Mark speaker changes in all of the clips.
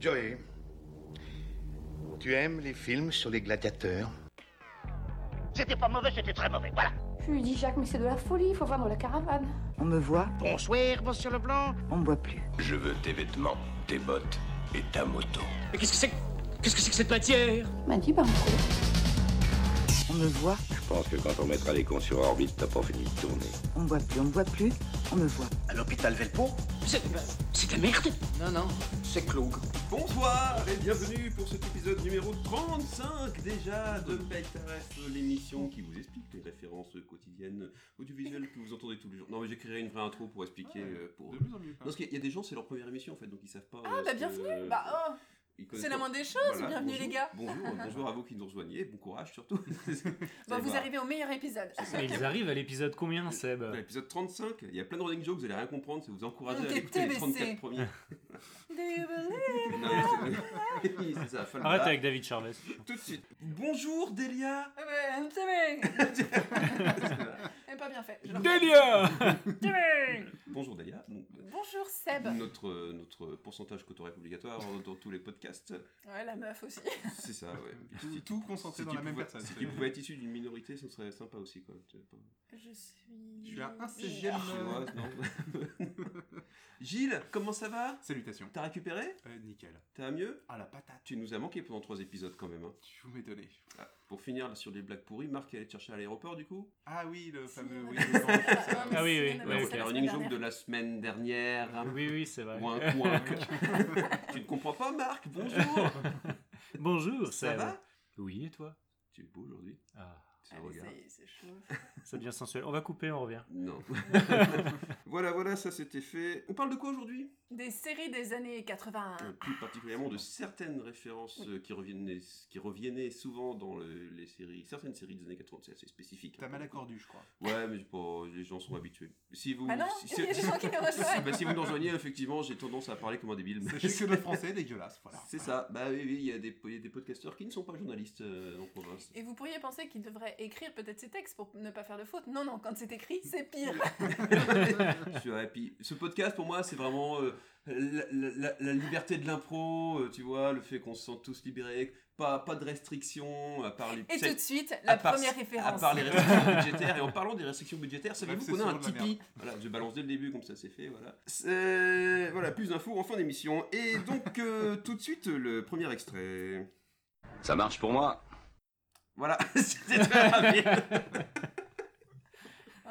Speaker 1: Joey, tu aimes les films sur les gladiateurs
Speaker 2: C'était pas mauvais, c'était très mauvais, voilà.
Speaker 3: Je lui dis, Jacques, mais c'est de la folie, il faut vendre la caravane.
Speaker 4: On me voit,
Speaker 2: Bonsoir, monsieur Leblanc.
Speaker 4: on me voit plus.
Speaker 5: Je veux tes vêtements, tes bottes et ta moto.
Speaker 6: Mais qu'est-ce que c'est que- Qu'est-ce que c'est que cette matière
Speaker 3: Il m'a dit,
Speaker 4: bah,
Speaker 3: ben,
Speaker 4: On me voit,
Speaker 5: Je pense que quand on mettra les cons sur orbite, t'as pas fini de tourner.
Speaker 4: on me voit plus, on me voit plus, on me voit.
Speaker 2: À l'hôpital Velpo
Speaker 6: C'est c'est de la merde
Speaker 2: Non, non, c'est Cloug.
Speaker 7: Bonsoir et bienvenue pour cet épisode numéro 35 déjà de PECRF, l'émission qui vous explique les références quotidiennes audiovisuelles que vous entendez tous les jours. Non mais j'écrirai une vraie intro pour expliquer... euh, pour...
Speaker 8: De plus en mieux.
Speaker 7: Non, parce qu'il y a des gens, c'est leur première émission en fait, donc ils savent pas... euh,
Speaker 9: Ah bah bienvenue Bah oh C'est la moindre des choses Bienvenue les gars
Speaker 7: Bonjour, euh, bonjour à vous qui nous rejoignez, bon courage surtout
Speaker 9: Bon Bah, vous arrivez au meilleur épisode
Speaker 10: Mais ils arrivent à l'épisode
Speaker 7: Bah,
Speaker 10: combien, Seb
Speaker 7: à l'épisode 35, il y a plein de running jokes, vous allez rien comprendre, ça vous encourage à
Speaker 9: T'es
Speaker 7: écouter les 34
Speaker 9: TBC.
Speaker 7: premiers.
Speaker 9: Do you believe
Speaker 7: Non, c'est- Oui, c'est ça, Falba.
Speaker 10: Arrête avec David Charvet.
Speaker 7: Tout de suite. Bonjour Delia
Speaker 9: Ah I'm coming Eh, Pas bien fait je le refais.
Speaker 10: Délia
Speaker 7: Bonjour Delia, Donc,
Speaker 9: Bonjour Seb
Speaker 7: notre, euh, notre pourcentage cotorec obligatoire dans, dans tous les podcasts,
Speaker 9: Ouais la meuf aussi
Speaker 7: c'est ça, ouais.
Speaker 8: Tout, tout concentré
Speaker 7: Si
Speaker 8: dans
Speaker 7: tu
Speaker 8: la même
Speaker 7: pouvais-
Speaker 8: personne.
Speaker 7: Si
Speaker 8: c'est-
Speaker 7: tu pouvais être issu d'une minorité, ce serait sympa aussi, quoi. Tu vois, pas-
Speaker 9: Je suis...
Speaker 8: Je suis à un sixième. euh,
Speaker 7: Chinoise, non Gilles, comment ça va
Speaker 8: Salutations.
Speaker 7: T'as récupéré
Speaker 8: Euh, nickel.
Speaker 7: T'as mieux
Speaker 8: Ah la patate.
Speaker 7: Tu nous as manqué pendant trois épisodes quand même. hein.
Speaker 8: Je vous m'ai donné.
Speaker 7: Ah, Pour finir sur les blagues pourries, Marc est allé te chercher à l'aéroport du coup
Speaker 8: Ah oui, le fameux.
Speaker 9: Si.
Speaker 8: Oui, le grand- ça,
Speaker 9: Ah
Speaker 10: oui, oui,
Speaker 9: on a
Speaker 10: oui,
Speaker 9: fait
Speaker 10: ok.
Speaker 9: ça
Speaker 7: la
Speaker 9: la
Speaker 7: running
Speaker 9: semaine
Speaker 7: joke de la semaine dernière.
Speaker 10: Oui, oui, c'est vrai.
Speaker 7: Point, point. tu ne comprends pas Marc Bonjour
Speaker 10: Bonjour,
Speaker 7: Ça
Speaker 10: Seb.
Speaker 7: va
Speaker 10: oui, et toi
Speaker 7: Tu es beau aujourd'hui
Speaker 10: ah,
Speaker 7: Tu
Speaker 9: dernière.
Speaker 7: le regardes.
Speaker 9: Allez, c'est- c'est chaud.
Speaker 10: Ça devient sensuel. On va couper, on revient.
Speaker 7: Non. voilà, voilà, ça c'était fait. On parle de quoi aujourd'hui
Speaker 9: Des séries des années 80
Speaker 7: Euh, Plus particulièrement de certaines références euh, qui reviennent, qui reviennaient souvent dans le- les séries, certaines séries des années 80, c'est assez spécifique.
Speaker 8: T'as mal accordu, je crois.
Speaker 7: Ouais, mais bon, les gens sont habitués. Si vous,
Speaker 9: Ah non
Speaker 7: si,
Speaker 9: Il y a des
Speaker 7: si-
Speaker 9: gens qui nous
Speaker 7: si-
Speaker 9: rejoignent
Speaker 7: bah, si vous nous rejoignez, effectivement, j'ai tendance à parler comme un débile. mais
Speaker 8: Sachez que le français est dégueulasse, voilà.
Speaker 7: C'est ça. Bah oui, oui, il y a des, il y a des podcasteurs qui ne sont pas journalistes euh, en province.
Speaker 9: et vous pourriez penser qu'ils devraient écrire peut-être ces textes pour ne pas faire de faute. Non, non, quand c'est écrit, c'est pire.
Speaker 7: Je suis happy. Ce podcast, pour moi, c'est vraiment euh, la, la- la- la liberté de l'impro, euh, tu vois, le fait qu'on se sente tous libérés, pas, pas de restrictions, à part les...
Speaker 9: Et
Speaker 7: c'est-
Speaker 9: tout de suite,
Speaker 7: à
Speaker 9: la
Speaker 7: part-
Speaker 9: première
Speaker 7: À
Speaker 9: référence.
Speaker 7: part les restrictions budgétaires, et en parlant des restrictions budgétaires, savez-vous qu'on a un
Speaker 8: L'obsession de la merde.
Speaker 7: Tipeee Voilà, je balance dès le début, comme ça c'est fait, voilà. C'est- Voilà, plus d'infos en fin d'émission. Et donc, euh, tout de suite, le premier extrait.
Speaker 5: Ça marche pour moi
Speaker 7: Voilà, c'était très rapide.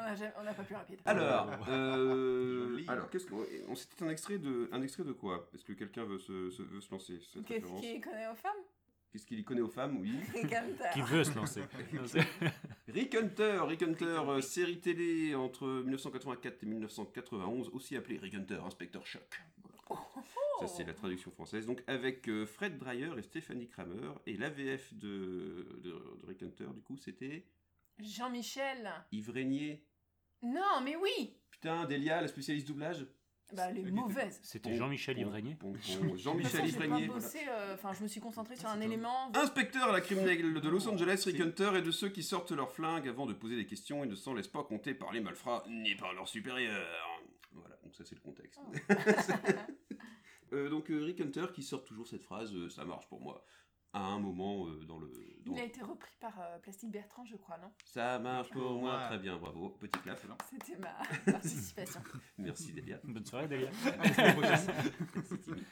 Speaker 9: On a jamais- On n'a pas plus rapide.
Speaker 7: Alors, euh,
Speaker 8: Joli.
Speaker 7: alors qu'est-ce qu'on... on- C'était un extrait de, un extrait de quoi Est-ce que quelqu'un veut se, se- veut se lancer sur cette
Speaker 9: Qu'est-ce
Speaker 7: référence
Speaker 9: qui connaît aux femmes
Speaker 7: Qu'est-ce qu'il y connaît aux femmes, oui.
Speaker 9: C'est comme ça.
Speaker 10: Qui veut se lancer Non, c'est-
Speaker 7: Rick Hunter, Rick Hunter, euh, série télé entre 1984 et 1991, aussi appelé Rick Hunter, Inspecteur Choc.
Speaker 9: Oh
Speaker 7: Ça, c'est la traduction française. Donc, avec euh, Fred Dreyer et Stéphanie Kramer, et l'AVF de, de, de Rick Hunter, du coup, c'était
Speaker 9: Jean-Michel.
Speaker 7: Yves Régnier.
Speaker 9: Non, mais oui
Speaker 7: Putain, Delia, la spécialiste doublage.
Speaker 9: Bah, elle est
Speaker 8: C'était-
Speaker 9: mauvaise.
Speaker 10: C'était Jean-Michel Ivrenier.
Speaker 7: Bon, bon,
Speaker 9: De toute
Speaker 7: Jean-Michel
Speaker 9: façon,
Speaker 7: Yves
Speaker 9: j'ai pas
Speaker 7: Régnier. voilà.
Speaker 9: bossé, euh, enfin, je me suis concentrée sur
Speaker 8: Ah,
Speaker 9: un
Speaker 8: c'est
Speaker 9: élément.
Speaker 7: Inspecteur à la criminelle de Los Angeles, Rick Hunter est de ceux qui sortent leurs flingues avant de poser des questions et ne s'en laissent pas compter par les malfrats ni par leurs supérieurs. Voilà, donc ça c'est le contexte. Euh, donc euh, Rick Hunter qui sort toujours cette phrase euh, ça marche pour moi à un moment euh, dans le dans-
Speaker 9: Il a été repris par euh, Plastique Bertrand, je crois, non
Speaker 7: ça marche pour
Speaker 8: Ouais.
Speaker 7: moi très bien bravo petit clap
Speaker 8: Excellent.
Speaker 9: C'était ma participation.
Speaker 7: merci Delia
Speaker 10: Bonne soirée, Délia.
Speaker 8: Allez, c'est le prochain.
Speaker 7: C'est timide.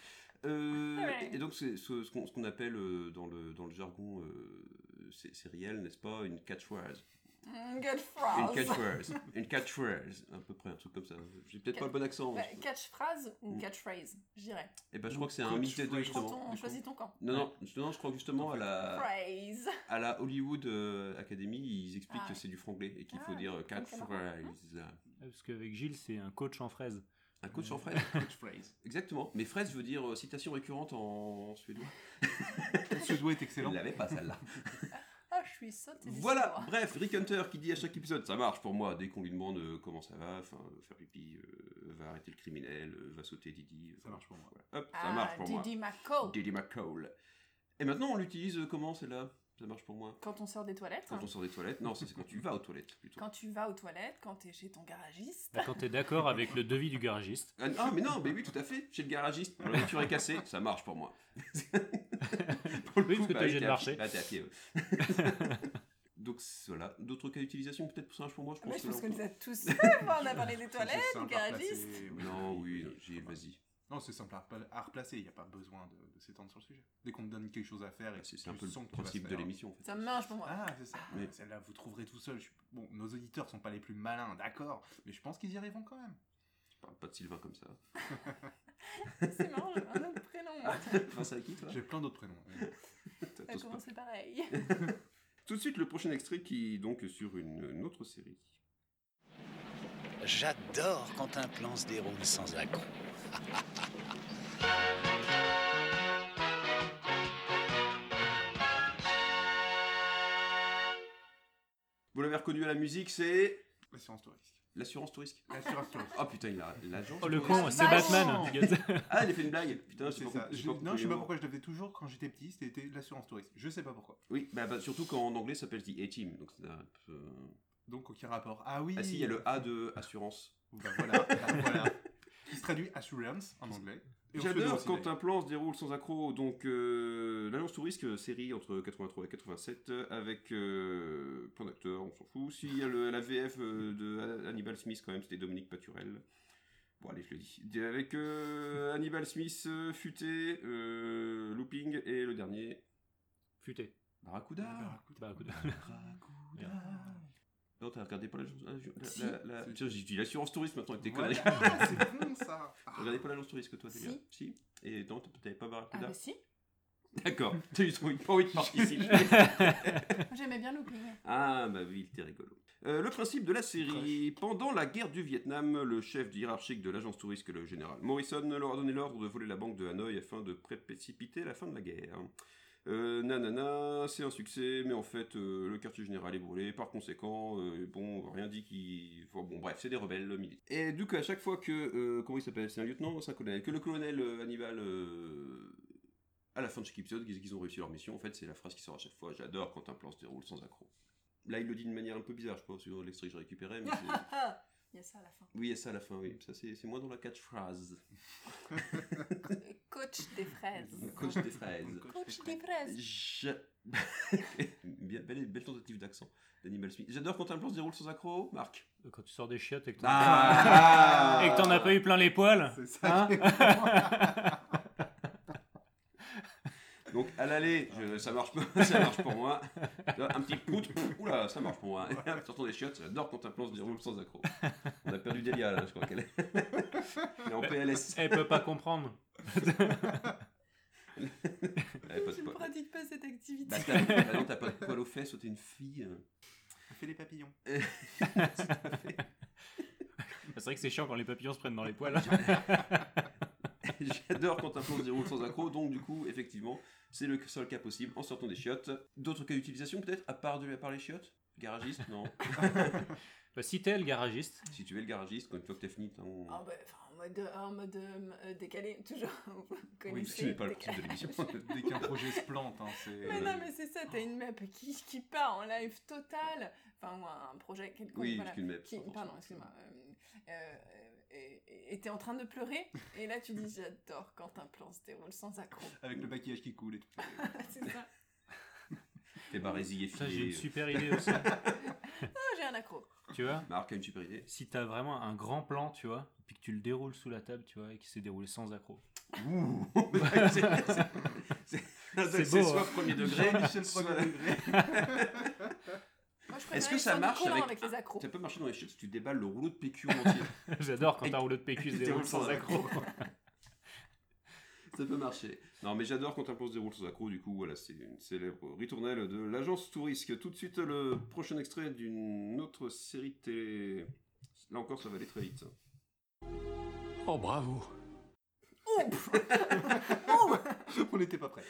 Speaker 7: Euh,
Speaker 9: Ouais.
Speaker 7: et donc c'est ce, ce qu'on ce qu'on appelle euh, dans le dans le jargon euh, sé- sériel n'est-ce pas une catchphrase
Speaker 9: Mm, Good
Speaker 7: Une
Speaker 9: phrase.
Speaker 7: catchphrase. Une catchphrase. À peu près un truc comme ça. J'ai peut-être pas le bon accent.
Speaker 9: Bah, catchphrase ou
Speaker 7: Mm.
Speaker 9: catchphrase, j'irais.
Speaker 7: Et ben je crois que c'est un mythe des deux
Speaker 9: Quand
Speaker 7: justement.
Speaker 9: on choisit euh, ton camp.
Speaker 7: Non, non, je- non, je crois que justement à la,
Speaker 9: Phrase.
Speaker 7: à la Hollywood euh, Academy, ils expliquent
Speaker 9: Ah
Speaker 7: que
Speaker 9: ouais.
Speaker 7: c'est du franglais et qu'il
Speaker 9: Ah,
Speaker 7: faut dire euh,
Speaker 9: c'est marrant.
Speaker 7: catchphrase.
Speaker 10: Parce qu'avec Gilles, c'est un coach en fraise.
Speaker 7: Un coach en fraise
Speaker 8: Coach phrase.
Speaker 7: Exactement. Mais fraise veut dire euh, citation récurrente en suédois.
Speaker 8: Ce doigt est
Speaker 7: Je
Speaker 8: excellent.
Speaker 7: l'avais pas celle-là.
Speaker 9: Ah, je suis sautée. du
Speaker 7: Voilà,
Speaker 9: saut.
Speaker 7: bref, Rick Hunter qui dit à chaque épisode ça marche pour moi dès qu'on lui demande euh, comment ça va, enfin euh, faire pipi, euh, va arrêter le criminel, euh, va sauter Didi.
Speaker 8: Ça marche pour moi.
Speaker 7: Voilà. Hop, ça
Speaker 9: Ah,
Speaker 7: marche pour moi.
Speaker 9: Didi McCall.
Speaker 7: Diddy McCall. Et maintenant, on l'utilise euh, comment celle-là Ça marche pour moi.
Speaker 9: Quand on sort des toilettes,
Speaker 7: Quand on sort des toilettes. Non, ça c'est quand tu vas aux toilettes plutôt.
Speaker 9: Hein. quand tu vas aux toilettes, quand t'es chez ton garagiste.
Speaker 10: Bah, quand t'es d'accord avec le devis du garagiste.
Speaker 7: Ah, ah, mais non, mais oui, tout à fait. Chez le garagiste, la voiture est cassée, ça marche pour moi. pour
Speaker 10: Oui, parce que t'es obligé
Speaker 7: t'es
Speaker 10: de
Speaker 7: à-
Speaker 10: marcher.
Speaker 7: Bah, t'es à pied. ouais. Donc voilà, d'autres cas d'utilisation peut-être pour ça pour moi, je
Speaker 9: Ah, mais
Speaker 7: pense. que
Speaker 9: je
Speaker 7: là,
Speaker 9: pense
Speaker 7: on
Speaker 9: qu'on les
Speaker 7: peut-
Speaker 9: a tous fait. On a parlé des toilettes,
Speaker 8: C'est
Speaker 9: du
Speaker 8: simple à
Speaker 9: garagiste.
Speaker 8: replacer, oui.
Speaker 7: Non, oui, Gilles, vas-y.
Speaker 8: Non, c'est simple à repla- à replacer, il n'y a pas besoin de, de s'étendre sur le sujet. Dès qu'on te donne quelque chose à faire, et
Speaker 7: Bah,
Speaker 8: que
Speaker 7: C'est c'est
Speaker 8: tu
Speaker 7: un peu
Speaker 8: sens
Speaker 7: le
Speaker 8: que tu vas
Speaker 7: principe
Speaker 8: faire-
Speaker 7: de l'émission en fait.
Speaker 9: Ça me mange pour moi.
Speaker 8: Ah, c'est ça.
Speaker 7: Oui.
Speaker 8: Celle-là, vous trouverez tout seul. Je suis- Bon, nos auditeurs sont pas les plus malins, d'accord, mais je pense qu'ils y arriveront quand même.
Speaker 7: Je parle pas de Sylvain comme ça.
Speaker 9: Ah, C'est marrant, j'ai un autre prénom.
Speaker 7: Ah,
Speaker 9: moi.
Speaker 7: Pense à qui toi
Speaker 8: J'ai plein d'autres prénoms.
Speaker 7: T'as-
Speaker 9: Ça
Speaker 7: t'oses pas.
Speaker 9: commence pareil.
Speaker 7: Tout de suite le prochain extrait qui est donc sur une, une autre série.
Speaker 2: J'adore quand un plan se déroule sans accroc.
Speaker 7: Vous l'avez reconnu à la musique, c'est
Speaker 8: L'assurance tout risque.
Speaker 7: l'assurance tout risque.
Speaker 8: L'assurance tout risque.
Speaker 7: Oh putain, il a l'agence.
Speaker 10: Oh le con, c'est Batman
Speaker 7: Ah, il a fait une blague. Putain, je sais
Speaker 8: C'est
Speaker 7: pas
Speaker 8: ça.
Speaker 7: pourquoi- je sais
Speaker 8: Je-
Speaker 7: pas
Speaker 8: non, je sais
Speaker 7: pourquoi.
Speaker 8: pas
Speaker 7: euh,
Speaker 8: pourquoi je devais toujours, quand j'étais petit, c'était l'assurance touriste. Je sais pas pourquoi.
Speaker 7: Oui, bah, bah, surtout quand en anglais ça s'appelle The A-Team. Donc c'est un peu...
Speaker 8: Donc, aucun rapport. Ah oui
Speaker 7: Ah si, il y a le A de assurance.
Speaker 8: Bah voilà, bah voilà. Qui se traduit assurance en anglais. Et on se le donne
Speaker 7: J'adore
Speaker 8: aussi,
Speaker 7: quand un
Speaker 8: d'ailleurs.
Speaker 7: plan se déroule sans accroc. Donc, euh, l'Alliance Tout Risque, euh, série entre 83 et 87, euh, avec euh, plein d'acteurs, on s'en fout. S'il y a le- la VF euh, de Hannibal Smith, quand même, c'était Dominique Paturel. Bon, allez, je le dis. D- Avec euh, Hannibal Smith, euh, Futé, euh, Looping et le dernier,
Speaker 10: Futé.
Speaker 7: Barracuda.
Speaker 10: Bah, écoute.
Speaker 7: Non, t'as regardé pas l'Agence.
Speaker 8: Si,
Speaker 7: La, la, la-
Speaker 8: si.
Speaker 7: Putain, j'ai dit l'assurance tourisme maintenant avec tes
Speaker 8: Voilà,
Speaker 7: conneries.
Speaker 8: c'est bon ça. Ah.
Speaker 7: T'as regardé pas l'Alliance Touriste, toi, t'es
Speaker 9: Si.
Speaker 7: bien Si. Et non, t'as- t'avais pas
Speaker 9: Ah,
Speaker 7: Barracuda.
Speaker 9: bah si.
Speaker 7: D'accord. T'as eu trop- pas envie de participer.
Speaker 9: J'aimais bien Looping.
Speaker 7: Ah, bah oui, il était rigolo. Euh, le principe de la série. Pendant la guerre du Vietnam, le chef hiérarchique de l'agence touriste, le général Morrison, leur a donné l'ordre de voler la banque de Hanoï afin de précipiter la fin de la guerre. Euh, nanana, c'est un succès, mais en fait, euh, le quartier général est brûlé, par conséquent, euh, bon, rien dit qui... enfin, bon, bref, c'est des rebelles euh, militaires. Et du coup, à chaque fois que... euh, comment il s'appelle C'est un lieutenant C'est un colonel Que le colonel euh, Hannibal... euh, à la fin de chaque épisode, qu'ils qu'ils ont réussi leur mission, en fait, c'est la phrase qui sort à chaque fois. J'adore quand un plan se déroule sans accroc. Là, il le dit d'une manière un peu bizarre, je pense, sur l'extrait que j'ai récupéré, mais c'est-
Speaker 9: Ah, Il y a ça à la fin.
Speaker 7: Oui, il y a ça à la fin, oui. Ça, c'est c'est moins dans la catchphrase.
Speaker 9: Euh, Coach des fraises.
Speaker 7: Coach des fraises.
Speaker 9: Coach des fraises.
Speaker 7: J'a- Bien, belle, belle tentative d'accent d'Animal Smith. J'adore quand un plan se déroule sans accro, Marc.
Speaker 10: Quand tu sors des chiottes et que t'en
Speaker 7: Ah
Speaker 10: et que t'en as pas eu Hein plein les poils
Speaker 8: C'est ça. qui-
Speaker 7: Donc à l'aller, je- ça marche pas, ça marche pour moi. Un petit prout, pff, oula, ça marche pour moi. Sortons des chiottes, j'adore quand un plan se déroule sans accro. On a perdu Delia là, je crois qu'elle est. Elle est en PLS.
Speaker 10: Elle peut pas comprendre.
Speaker 7: Elle a pas de
Speaker 9: Je ne
Speaker 7: poil.
Speaker 9: pratique pas cette activité.
Speaker 7: Bah, t'as- bah non, t'as pas de poil aux fesses, ou t'es une fille. hein.
Speaker 8: Fais les papillons.
Speaker 10: Bah, C'est vrai que c'est chiant quand les papillons se prennent dans les poils.
Speaker 7: J'adore quand un plan se déroule sans accro, donc du coup, effectivement, c'est le seul cas possible en sortant des chiottes. D'autres cas d'utilisation peut-être, à part, de, à part les chiottes Garagiste Non.
Speaker 10: Bah, si t'es le garagiste,
Speaker 7: si tu es le garagiste, quand une fois que t'as fini ton...
Speaker 9: Ah, bah, enfin, en mode, en mode euh, euh, décalé, toujours. Vous
Speaker 7: oui,
Speaker 9: connaissez,
Speaker 7: ce n'est pas le
Speaker 9: décalé.
Speaker 7: principe de l'émission.
Speaker 8: Dès qu'un projet se plante, hein, c'est.
Speaker 9: Mais non, mais c'est ça, t'as une map qui, qui part en live total, enfin, ou un projet quelconque,
Speaker 7: oui,
Speaker 9: voilà,
Speaker 7: parce qu'une map.
Speaker 9: qui, pardon, excuse-moi, euh, euh, euh, et et t'es en train de pleurer, et là tu dis j'adore quand un plan se déroule sans accroc.
Speaker 8: Avec le maquillage qui coule et tout.
Speaker 9: c'est ça.
Speaker 7: T'es barési et
Speaker 10: ça j'ai une
Speaker 7: filé.
Speaker 10: super idée aussi.
Speaker 9: Ah, j'ai un accro.
Speaker 10: tu vois
Speaker 7: Marc a une super idée.
Speaker 10: Si t'as vraiment un grand plan, tu vois, puis que tu le déroules sous la table, tu vois, et qu'il s'est déroulé sans accroc.
Speaker 7: Ouh C'est- c'est- C'est c'est
Speaker 10: beau,
Speaker 7: soit
Speaker 10: hein.
Speaker 7: premier degré,
Speaker 8: Jean-Michel
Speaker 7: soit-
Speaker 8: Premier degré.
Speaker 9: Moi, je
Speaker 7: Est-ce
Speaker 9: préfère
Speaker 7: que ça
Speaker 9: Alexandre
Speaker 7: marche
Speaker 9: Collin
Speaker 7: avec-
Speaker 9: avec les accros.
Speaker 7: Ça peut marcher dans les chiottes si tu déballes le rouleau de PQ en entier.
Speaker 10: J'adore quand
Speaker 7: Et-
Speaker 10: un rouleau de PQ se
Speaker 7: Il déroule
Speaker 10: déroule
Speaker 7: sans
Speaker 10: sans accroc.
Speaker 7: Ça peut marcher. Non, mais j'adore quand un plan se déroule sans accro. Du coup, voilà, c'est une célèbre ritournelle de l'agence Tourisque. Tout de suite, le prochain extrait d'une autre série de télé. Là encore, ça va aller très vite.
Speaker 6: Oh bravo
Speaker 8: On n'était pas prêts.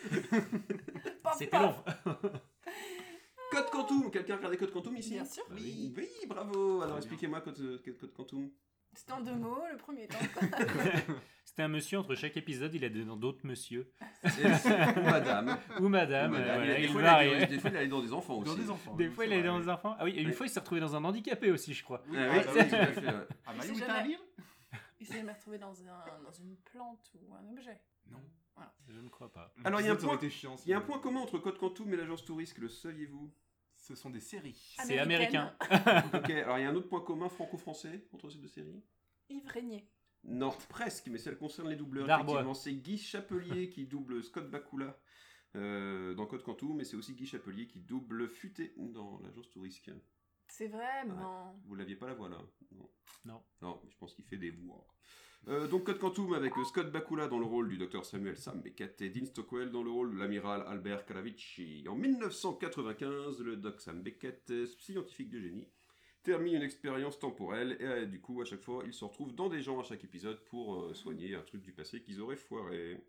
Speaker 9: Paf,
Speaker 10: C'était
Speaker 9: paf.
Speaker 10: long.
Speaker 7: Code Quantum Quelqu'un a regardé Code Quantum ici
Speaker 9: Bien sûr.
Speaker 7: Oui, oui, bravo Alors
Speaker 8: bien.
Speaker 7: expliquez-moi Code, Code Quantum.
Speaker 9: C'était en deux mots, le premier temps.
Speaker 10: C'était un monsieur, entre chaque épisode, il allait dans d'autres monsieur.
Speaker 7: Ou madame.
Speaker 10: Ou madame,
Speaker 7: Ou
Speaker 10: euh,
Speaker 7: madame.
Speaker 10: voilà,
Speaker 7: Il a- Des
Speaker 10: il
Speaker 7: fois, il a-
Speaker 10: variait.
Speaker 7: des fois, il allait dans des enfants aussi.
Speaker 8: Dans des enfants.
Speaker 10: Des
Speaker 8: oui,
Speaker 10: fois,
Speaker 8: c'est
Speaker 10: il allait
Speaker 8: vrai.
Speaker 10: dans les enfants. Ah oui, et une
Speaker 7: Ouais.
Speaker 10: fois, il s'est retrouvé dans un handicapé aussi, je crois.
Speaker 7: Ah oui,
Speaker 8: bah
Speaker 7: oui, tout à fait, ouais.
Speaker 8: Ah,
Speaker 9: Il s'est
Speaker 8: Mayu, t'as un
Speaker 9: jamais-
Speaker 8: livre
Speaker 9: Il s'est jamais retrouvé dans, un, dans une plante ou un objet.
Speaker 10: Je ne crois pas.
Speaker 7: Alors, il y a un
Speaker 8: L'épisode aurait
Speaker 7: point-
Speaker 8: été chiant,
Speaker 7: Il y a un
Speaker 8: sinon.
Speaker 7: point commun entre Code Quantum et l'agence touriste, le saviez-vous
Speaker 8: Ce sont des
Speaker 9: Ah,
Speaker 8: séries.
Speaker 10: C'est
Speaker 9: Américaine.
Speaker 10: américain.
Speaker 7: Ok, alors il y a un autre point commun franco-français entre ces deux séries
Speaker 9: Yves Régnier.
Speaker 7: Non, presque, mais ça concerne les doubleurs.
Speaker 10: Darbois.
Speaker 7: Effectivement, c'est Guy Chapelier qui double Scott Bakula euh, dans Code Quantum, mais c'est aussi Guy Chapelier qui double Futé dans l'agence touriste.
Speaker 9: C'est vraiment.
Speaker 7: Vous l'aviez pas la voix là hein Non.
Speaker 10: Non.
Speaker 7: Non, mais je pense qu'il fait des voix. Euh, donc Code Quantum avec euh, Scott Bakula dans le rôle du docteur Samuel Sam Beckett et Dean Stockwell dans le rôle de l'amiral Albert Calavici. En 1995, le doc Sam Beckett, euh, scientifique du génie, termine une expérience temporelle et euh, du coup à chaque fois il se retrouve dans des gens à chaque épisode pour euh, soigner un truc du passé qu'ils auraient foiré.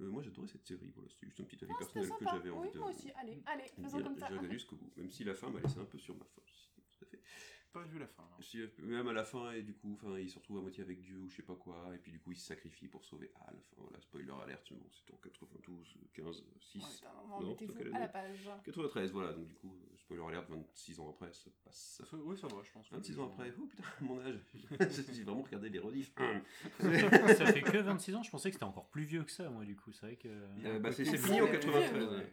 Speaker 7: Euh, moi j'adorais cette série, voilà, c'était juste un petit avis
Speaker 9: Non, Ah, c'était
Speaker 7: personnel que
Speaker 9: sympa.
Speaker 7: j'avais envie
Speaker 9: Oui,
Speaker 7: de...
Speaker 9: moi aussi. Allez, allez,
Speaker 7: de
Speaker 9: faisons
Speaker 7: dire.
Speaker 9: comme ça.
Speaker 7: J'ai regardé jusqu'au bout, même si la fin m'a laissé un peu sur ma force. Tout à fait.
Speaker 8: Pas vu la fin. hein. là.
Speaker 7: Si, même à la fin, et du coup, enfin, il se retrouve à moitié avec Dieu ou je sais pas quoi, et puis du coup, il se sacrifie pour sauver Hal. Enfin, voilà, spoiler alerte, mais bon, c'est en 92, 15, 6.
Speaker 9: Ouais, putain, vraiment,
Speaker 7: Non,
Speaker 9: mettez-vous
Speaker 7: c'est quelle
Speaker 9: à la
Speaker 7: année
Speaker 9: page.
Speaker 7: 93, voilà, donc du coup, euh, spoiler alerte, 26 ans après, ça passe.
Speaker 8: Ça- Oui, ça va, je pense.
Speaker 7: 26 ans après, oh putain, mon âge, j'ai vraiment regardé les rediffs.
Speaker 10: ça fait que 26 ans, je pensais que c'était encore plus vieux que ça, moi, du coup. C'est vrai que.
Speaker 7: Euh, bah, c'est c'est
Speaker 9: C'est
Speaker 7: fini en
Speaker 9: vieux.
Speaker 7: 93. ouais.
Speaker 10: Ouais.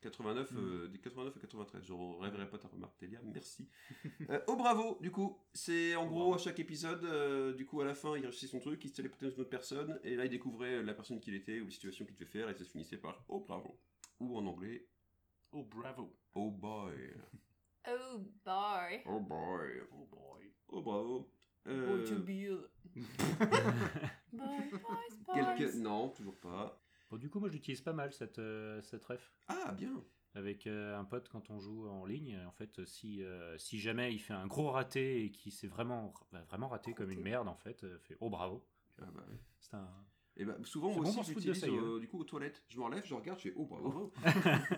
Speaker 7: 89, euh, des 89 à 93. Je rêverai pas ta remarque, Delia. Merci. Euh, au bravo, du coup, c'est en gros à chaque épisode, euh, du coup à la fin, il réussissait son truc, il se téléportait dans une autre personne, et là il découvrait la personne qu'il était ou la situation qu'il devait faire, et ça se finissait par oh bravo, ou en anglais
Speaker 8: Oh, bravo.
Speaker 7: oh boy,
Speaker 9: Oh, boy.
Speaker 7: oh boy,
Speaker 8: Oh, boy.
Speaker 7: oh bravo.
Speaker 9: Oh,
Speaker 7: Euh,
Speaker 9: to build. Boy, boys, boys.
Speaker 7: quelques non, toujours pas.
Speaker 10: Bon, du coup, moi, je l'utilise pas mal, cette, euh, cette ref.
Speaker 7: Ah bien.
Speaker 10: avec euh, un pote quand on joue en ligne. En fait, si, euh, si jamais il fait un gros raté et qu'il s'est vraiment, bah, vraiment raté comme une merde, en fait, euh, fait oh bravo.
Speaker 7: Ah, bah, ouais.
Speaker 10: C'est un.
Speaker 7: Et bah, souvent
Speaker 10: C'est bon
Speaker 7: moi
Speaker 10: pour
Speaker 7: aussi
Speaker 10: se foutre de
Speaker 7: j'utilise
Speaker 10: sa gueule.
Speaker 7: euh, du coup aux toilettes. Je me relève, je regarde, je fais oh bravo.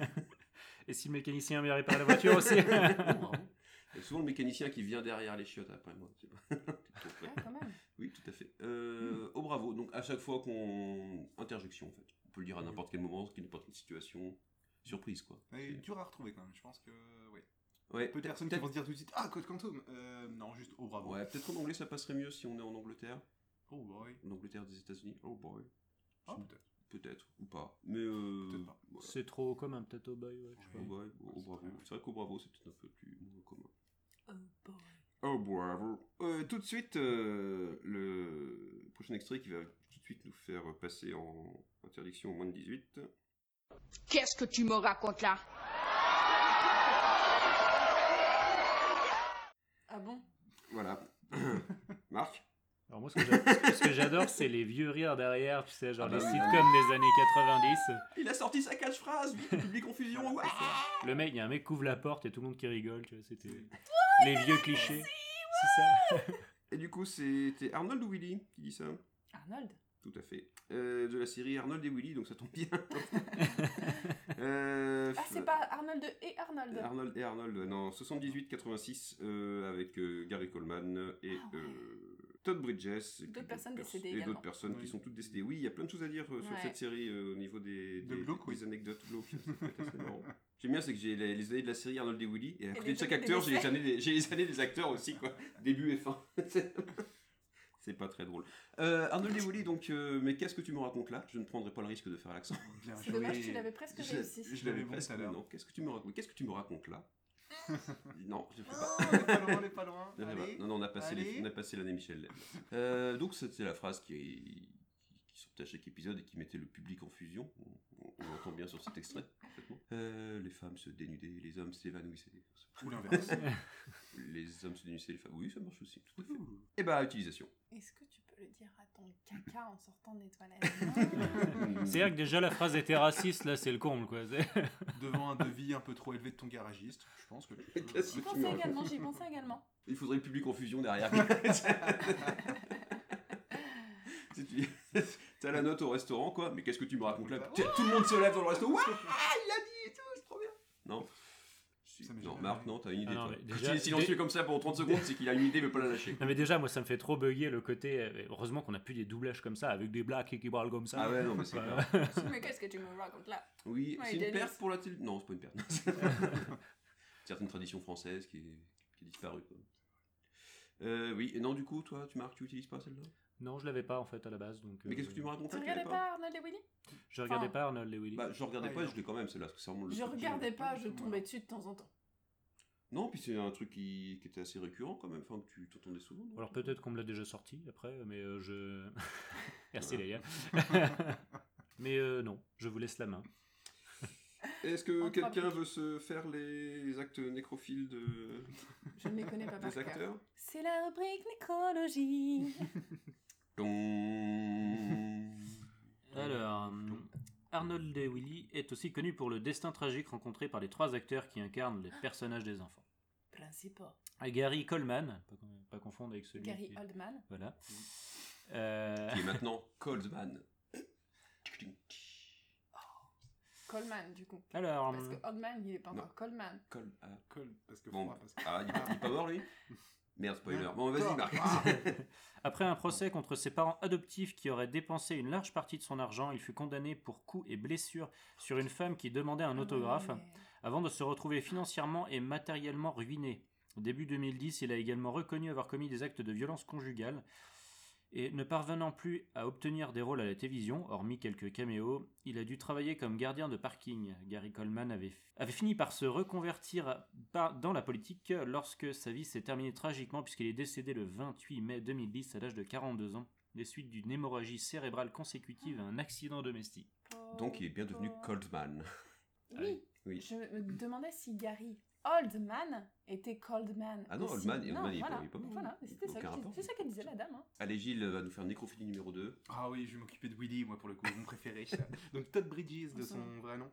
Speaker 10: et si le mécanicien vient réparer la voiture aussi
Speaker 7: Et souvent le mécanicien qui vient derrière les chiottes après moi. tu vois. Trop près.
Speaker 9: Ah, quand même.
Speaker 7: oui, tout à fait. Euh, Au bravo. Donc à chaque fois qu'on interjection en fait, on peut le dire à n'importe quel moment, n'importe quelle situation, surprise quoi.
Speaker 8: Et dur à retrouver quand même, je pense que. Ouais.
Speaker 7: Ouais.
Speaker 8: Peu de personnes qui
Speaker 7: peut-être-
Speaker 8: vont se dire tout de suite Ah, Code Quantum Euh, Non, juste Oh, bravo.
Speaker 7: Ouais, peut-être qu'en anglais ça passerait mieux si on est en Angleterre,
Speaker 8: Oh, boy.
Speaker 7: en Angleterre des États-Unis. Oh boy.
Speaker 8: Ah,
Speaker 7: Je-
Speaker 8: peut-être.
Speaker 7: peut-être ou pas. Mais euh,
Speaker 8: Peut-être pas.
Speaker 7: voilà.
Speaker 10: C'est trop comme un peut-être au boy. ouais, je sais pas.
Speaker 7: Oh boy, oh,
Speaker 8: c'est
Speaker 7: bravo.
Speaker 8: très bien.
Speaker 7: C'est vrai qu'au bravo c'est peut-être un peu plus commun.
Speaker 9: Oh, boy.
Speaker 7: Oh bravo. Euh, tout de suite, euh, le prochain extrait qui va tout de suite nous faire passer en interdiction au moins de 18.
Speaker 11: Qu'est-ce que tu me racontes là
Speaker 9: Ah bon
Speaker 7: Voilà. Marc
Speaker 10: Alors, moi, ce que j'a- ce que j'adore, c'est les vieux rires derrière, tu sais, genre
Speaker 7: Ah bah
Speaker 10: les
Speaker 7: oui.
Speaker 10: sitcoms des années 90.
Speaker 7: Il a sorti sa cache-phrase, vite, public confusion. ouais.
Speaker 10: Le mec, il y a un mec qui ouvre la porte et tout le monde qui rigole, tu vois, c'était les vieux clichés. C'est ça.
Speaker 7: Et du coup, c'était Arnold ou Willy qui dit ça
Speaker 9: Arnold
Speaker 7: Tout à fait. Euh, de la série Arnold et Willy, donc ça tombe bien. Euh,
Speaker 9: Ah, c'est pas Arnold et Arnold.
Speaker 7: Arnold et Arnold, non, 78-86 euh, avec euh, Gary Coleman et
Speaker 9: Ah ouais.
Speaker 7: euh, Todd Bridges. et puis
Speaker 9: D'autres personnes
Speaker 7: pers-
Speaker 9: décédées
Speaker 7: Et d'autres
Speaker 9: également.
Speaker 7: personnes qui
Speaker 8: Oui.
Speaker 7: sont toutes décédées. Oui, il y a plein de choses à dire euh, sur
Speaker 9: Ouais.
Speaker 7: cette série euh, au niveau des,
Speaker 8: De
Speaker 7: des-
Speaker 8: glauque,
Speaker 7: des
Speaker 8: oui.
Speaker 7: anecdotes glauques. Ça peut être assez marrant. J'aime bien, c'est que j'ai les, les années de la série Arnold et Willy, et à
Speaker 9: Et
Speaker 7: côté
Speaker 9: les
Speaker 7: de chaque
Speaker 9: années des
Speaker 7: acteur, j'ai les,
Speaker 9: décès.
Speaker 7: années des, j'ai les années des acteurs aussi, quoi. Début et fin. c'est pas très drôle. Euh, Arnold et Willy, donc, euh, mais qu'est-ce que tu me racontes là Je ne prendrai pas le risque de faire l'accent.
Speaker 8: Bien
Speaker 9: C'est dommage, tu l'avais presque
Speaker 7: Je,
Speaker 9: réussi.
Speaker 7: je l'avais
Speaker 8: l'avais bon
Speaker 7: presque.
Speaker 8: tout à l'heure.
Speaker 7: Non, qu'est-ce que tu me racontes Qu'est-ce que tu me racontes là Non, je ne fais
Speaker 8: Ah,
Speaker 7: pas.
Speaker 8: on est pas loin, on est pas loin.
Speaker 7: Je ne fais pas.
Speaker 8: Allez.
Speaker 7: Non, non, on a passé, les-
Speaker 8: allez.
Speaker 7: on a passé l'année Michel. Leb. Euh, donc c'était la phrase qui, qui sortait à chaque épisode et qui mettait le public en fusion. On, on- on l'entend bien sur cet extrait. parfaitement. Euh, les femmes se dénudaient, les hommes s'évanouissaient.
Speaker 8: Ou l'inverse.
Speaker 7: Les hommes se dénudaient, les femmes. Oui, ça marche aussi, tout à fait. Et bah, utilisation.
Speaker 9: Est-ce que tu peux le dire à ton caca en sortant des toilettes Ah.
Speaker 10: C'est-à-dire que déjà la phrase était raciste, là c'est le comble quoi. C'est-
Speaker 8: Devant un devis un peu trop élevé de ton garagiste, je pense que.
Speaker 7: Qu'est-ce
Speaker 9: J'y
Speaker 7: que tu me
Speaker 9: pensais
Speaker 7: racontes
Speaker 9: également, j'y pensais également.
Speaker 7: Il faudrait le public en fusion derrière. Si tu- T'as la note au restaurant, quoi. Mais qu'est-ce que tu me racontes là Putain, Tout le monde se lève dans le restaurant. Ouah, il l'a dit et tout, c'est trop bien. Non. Si.
Speaker 8: Ça m'est
Speaker 7: Non,
Speaker 8: jamais
Speaker 7: Marc,
Speaker 8: arrivé.
Speaker 7: non, t'as une idée.
Speaker 10: Ah non,
Speaker 7: toi.
Speaker 10: mais
Speaker 7: Quand
Speaker 10: déjà-
Speaker 7: il est silencieux
Speaker 10: dé-
Speaker 7: comme ça pendant 30 secondes, c'est qu'il a une idée, mais pas la lâcher.
Speaker 10: Non mais déjà moi ça me fait trop bugger le côté euh, heureusement qu'on a plus des doublages comme ça avec des blacks qui parlent comme ça.
Speaker 7: Ah ouais, non, mais c'est
Speaker 10: Bah,
Speaker 7: clair.
Speaker 9: Mais qu'est-ce que tu me racontes là
Speaker 7: Oui,
Speaker 9: Ouais,
Speaker 7: c'est une
Speaker 9: Dennis.
Speaker 7: perte pour la télé. Non, c'est pas une perte. Certaines traditions françaises qui est, qui est disparue. quoi. Euh, oui, et non, du coup, toi, tu marques, tu utilises pas celle-là
Speaker 10: Non, je l'avais pas en fait à la base donc
Speaker 7: Mais
Speaker 10: euh,
Speaker 7: qu'est-ce que tu me racontes
Speaker 9: Tu regardais pas Arnold et Willy
Speaker 10: Je regardais
Speaker 9: Enfin,
Speaker 10: pas Arnold et Willy.
Speaker 7: Bah, je regardais
Speaker 8: Ah,
Speaker 7: pas,
Speaker 8: il
Speaker 7: je l'ai quand même, celle-là, parce que c'est vraiment le
Speaker 9: Je
Speaker 7: truc qui-
Speaker 9: regardais pas, je
Speaker 8: Ouais.
Speaker 9: tombais dessus de temps en temps.
Speaker 7: Non, puis c'est un truc qui, qui était assez récurrent quand même, enfin, que tu t'entendais souvent. non
Speaker 10: Alors peut-être qu'on me l'a déjà sorti après mais euh, je Merci les gars. mais euh, non, je vous laisse la main.
Speaker 7: Est-ce que
Speaker 9: En trois
Speaker 7: quelqu'un
Speaker 9: pics.
Speaker 7: veut se faire les, les actes nécrophiles de,
Speaker 9: Je ne les connais pas par
Speaker 7: des
Speaker 9: cœur.
Speaker 7: acteurs
Speaker 9: C'est la rubrique nécrologie.
Speaker 10: Alors, euh, Arnold et Willy est aussi connu pour le destin tragique rencontré par les trois acteurs qui incarnent les personnages des enfants.
Speaker 9: Principal.
Speaker 10: Gary Coleman, pas, pas confondre avec celui
Speaker 9: Gary
Speaker 10: qui-
Speaker 9: Oldman.
Speaker 10: Voilà. Euh,
Speaker 7: qui est maintenant Coldman.
Speaker 9: Coleman, du coup.
Speaker 10: alors,
Speaker 9: Parce que Oldman, il est pas
Speaker 7: Non.
Speaker 9: encore Coleman.
Speaker 7: Col- ah,
Speaker 8: Colle, parce que
Speaker 7: bon,
Speaker 8: froid, parce que-
Speaker 7: ah, il, il est pas mort lui Merde, spoiler. Bon, vas-y,
Speaker 8: Encore.
Speaker 7: Marc.
Speaker 8: Ah.
Speaker 10: après un procès contre ses parents adoptifs qui auraient dépensé une large partie de son argent, il fut condamné pour coups et blessures sur une femme qui demandait un
Speaker 9: Ah,
Speaker 10: autographe, avant de se retrouver financièrement et matériellement ruiné. Au début 2010, il a également reconnu avoir commis des actes de violence conjugale. Et ne parvenant plus à obtenir des rôles à la télévision, hormis quelques caméos, il a dû travailler comme gardien de parking. Gary Coleman avait, avait fini par se reconvertir à- par- dans la politique lorsque sa vie s'est terminée tragiquement puisqu'il est décédé le 28 mai 2010 à l'âge de 42 ans, des suites d'une hémorragie cérébrale consécutive à un accident domestique.
Speaker 7: Donc, il est bien devenu Coldman.
Speaker 9: Oui.
Speaker 7: Oui.
Speaker 9: Je me demandais si Gary Oldman était Coldman.
Speaker 7: Ah non,
Speaker 9: aussi.
Speaker 7: Oldman,
Speaker 9: Non,
Speaker 7: Oldman, il est pas-
Speaker 9: voilà.
Speaker 7: il est pas mort.
Speaker 9: Voilà, c'était ça
Speaker 7: Aucun
Speaker 9: que-
Speaker 7: rapport.
Speaker 9: c'est ça qu'elle disait la dame. hein.
Speaker 7: Allez, Gilles va nous faire Nécrophilie numéro 2.
Speaker 8: Ah oui, je vais m'occuper de Willy, moi, pour le coup, mon préféré. ça. Donc Todd Bridges,
Speaker 7: Ah,
Speaker 8: de son vrai nom,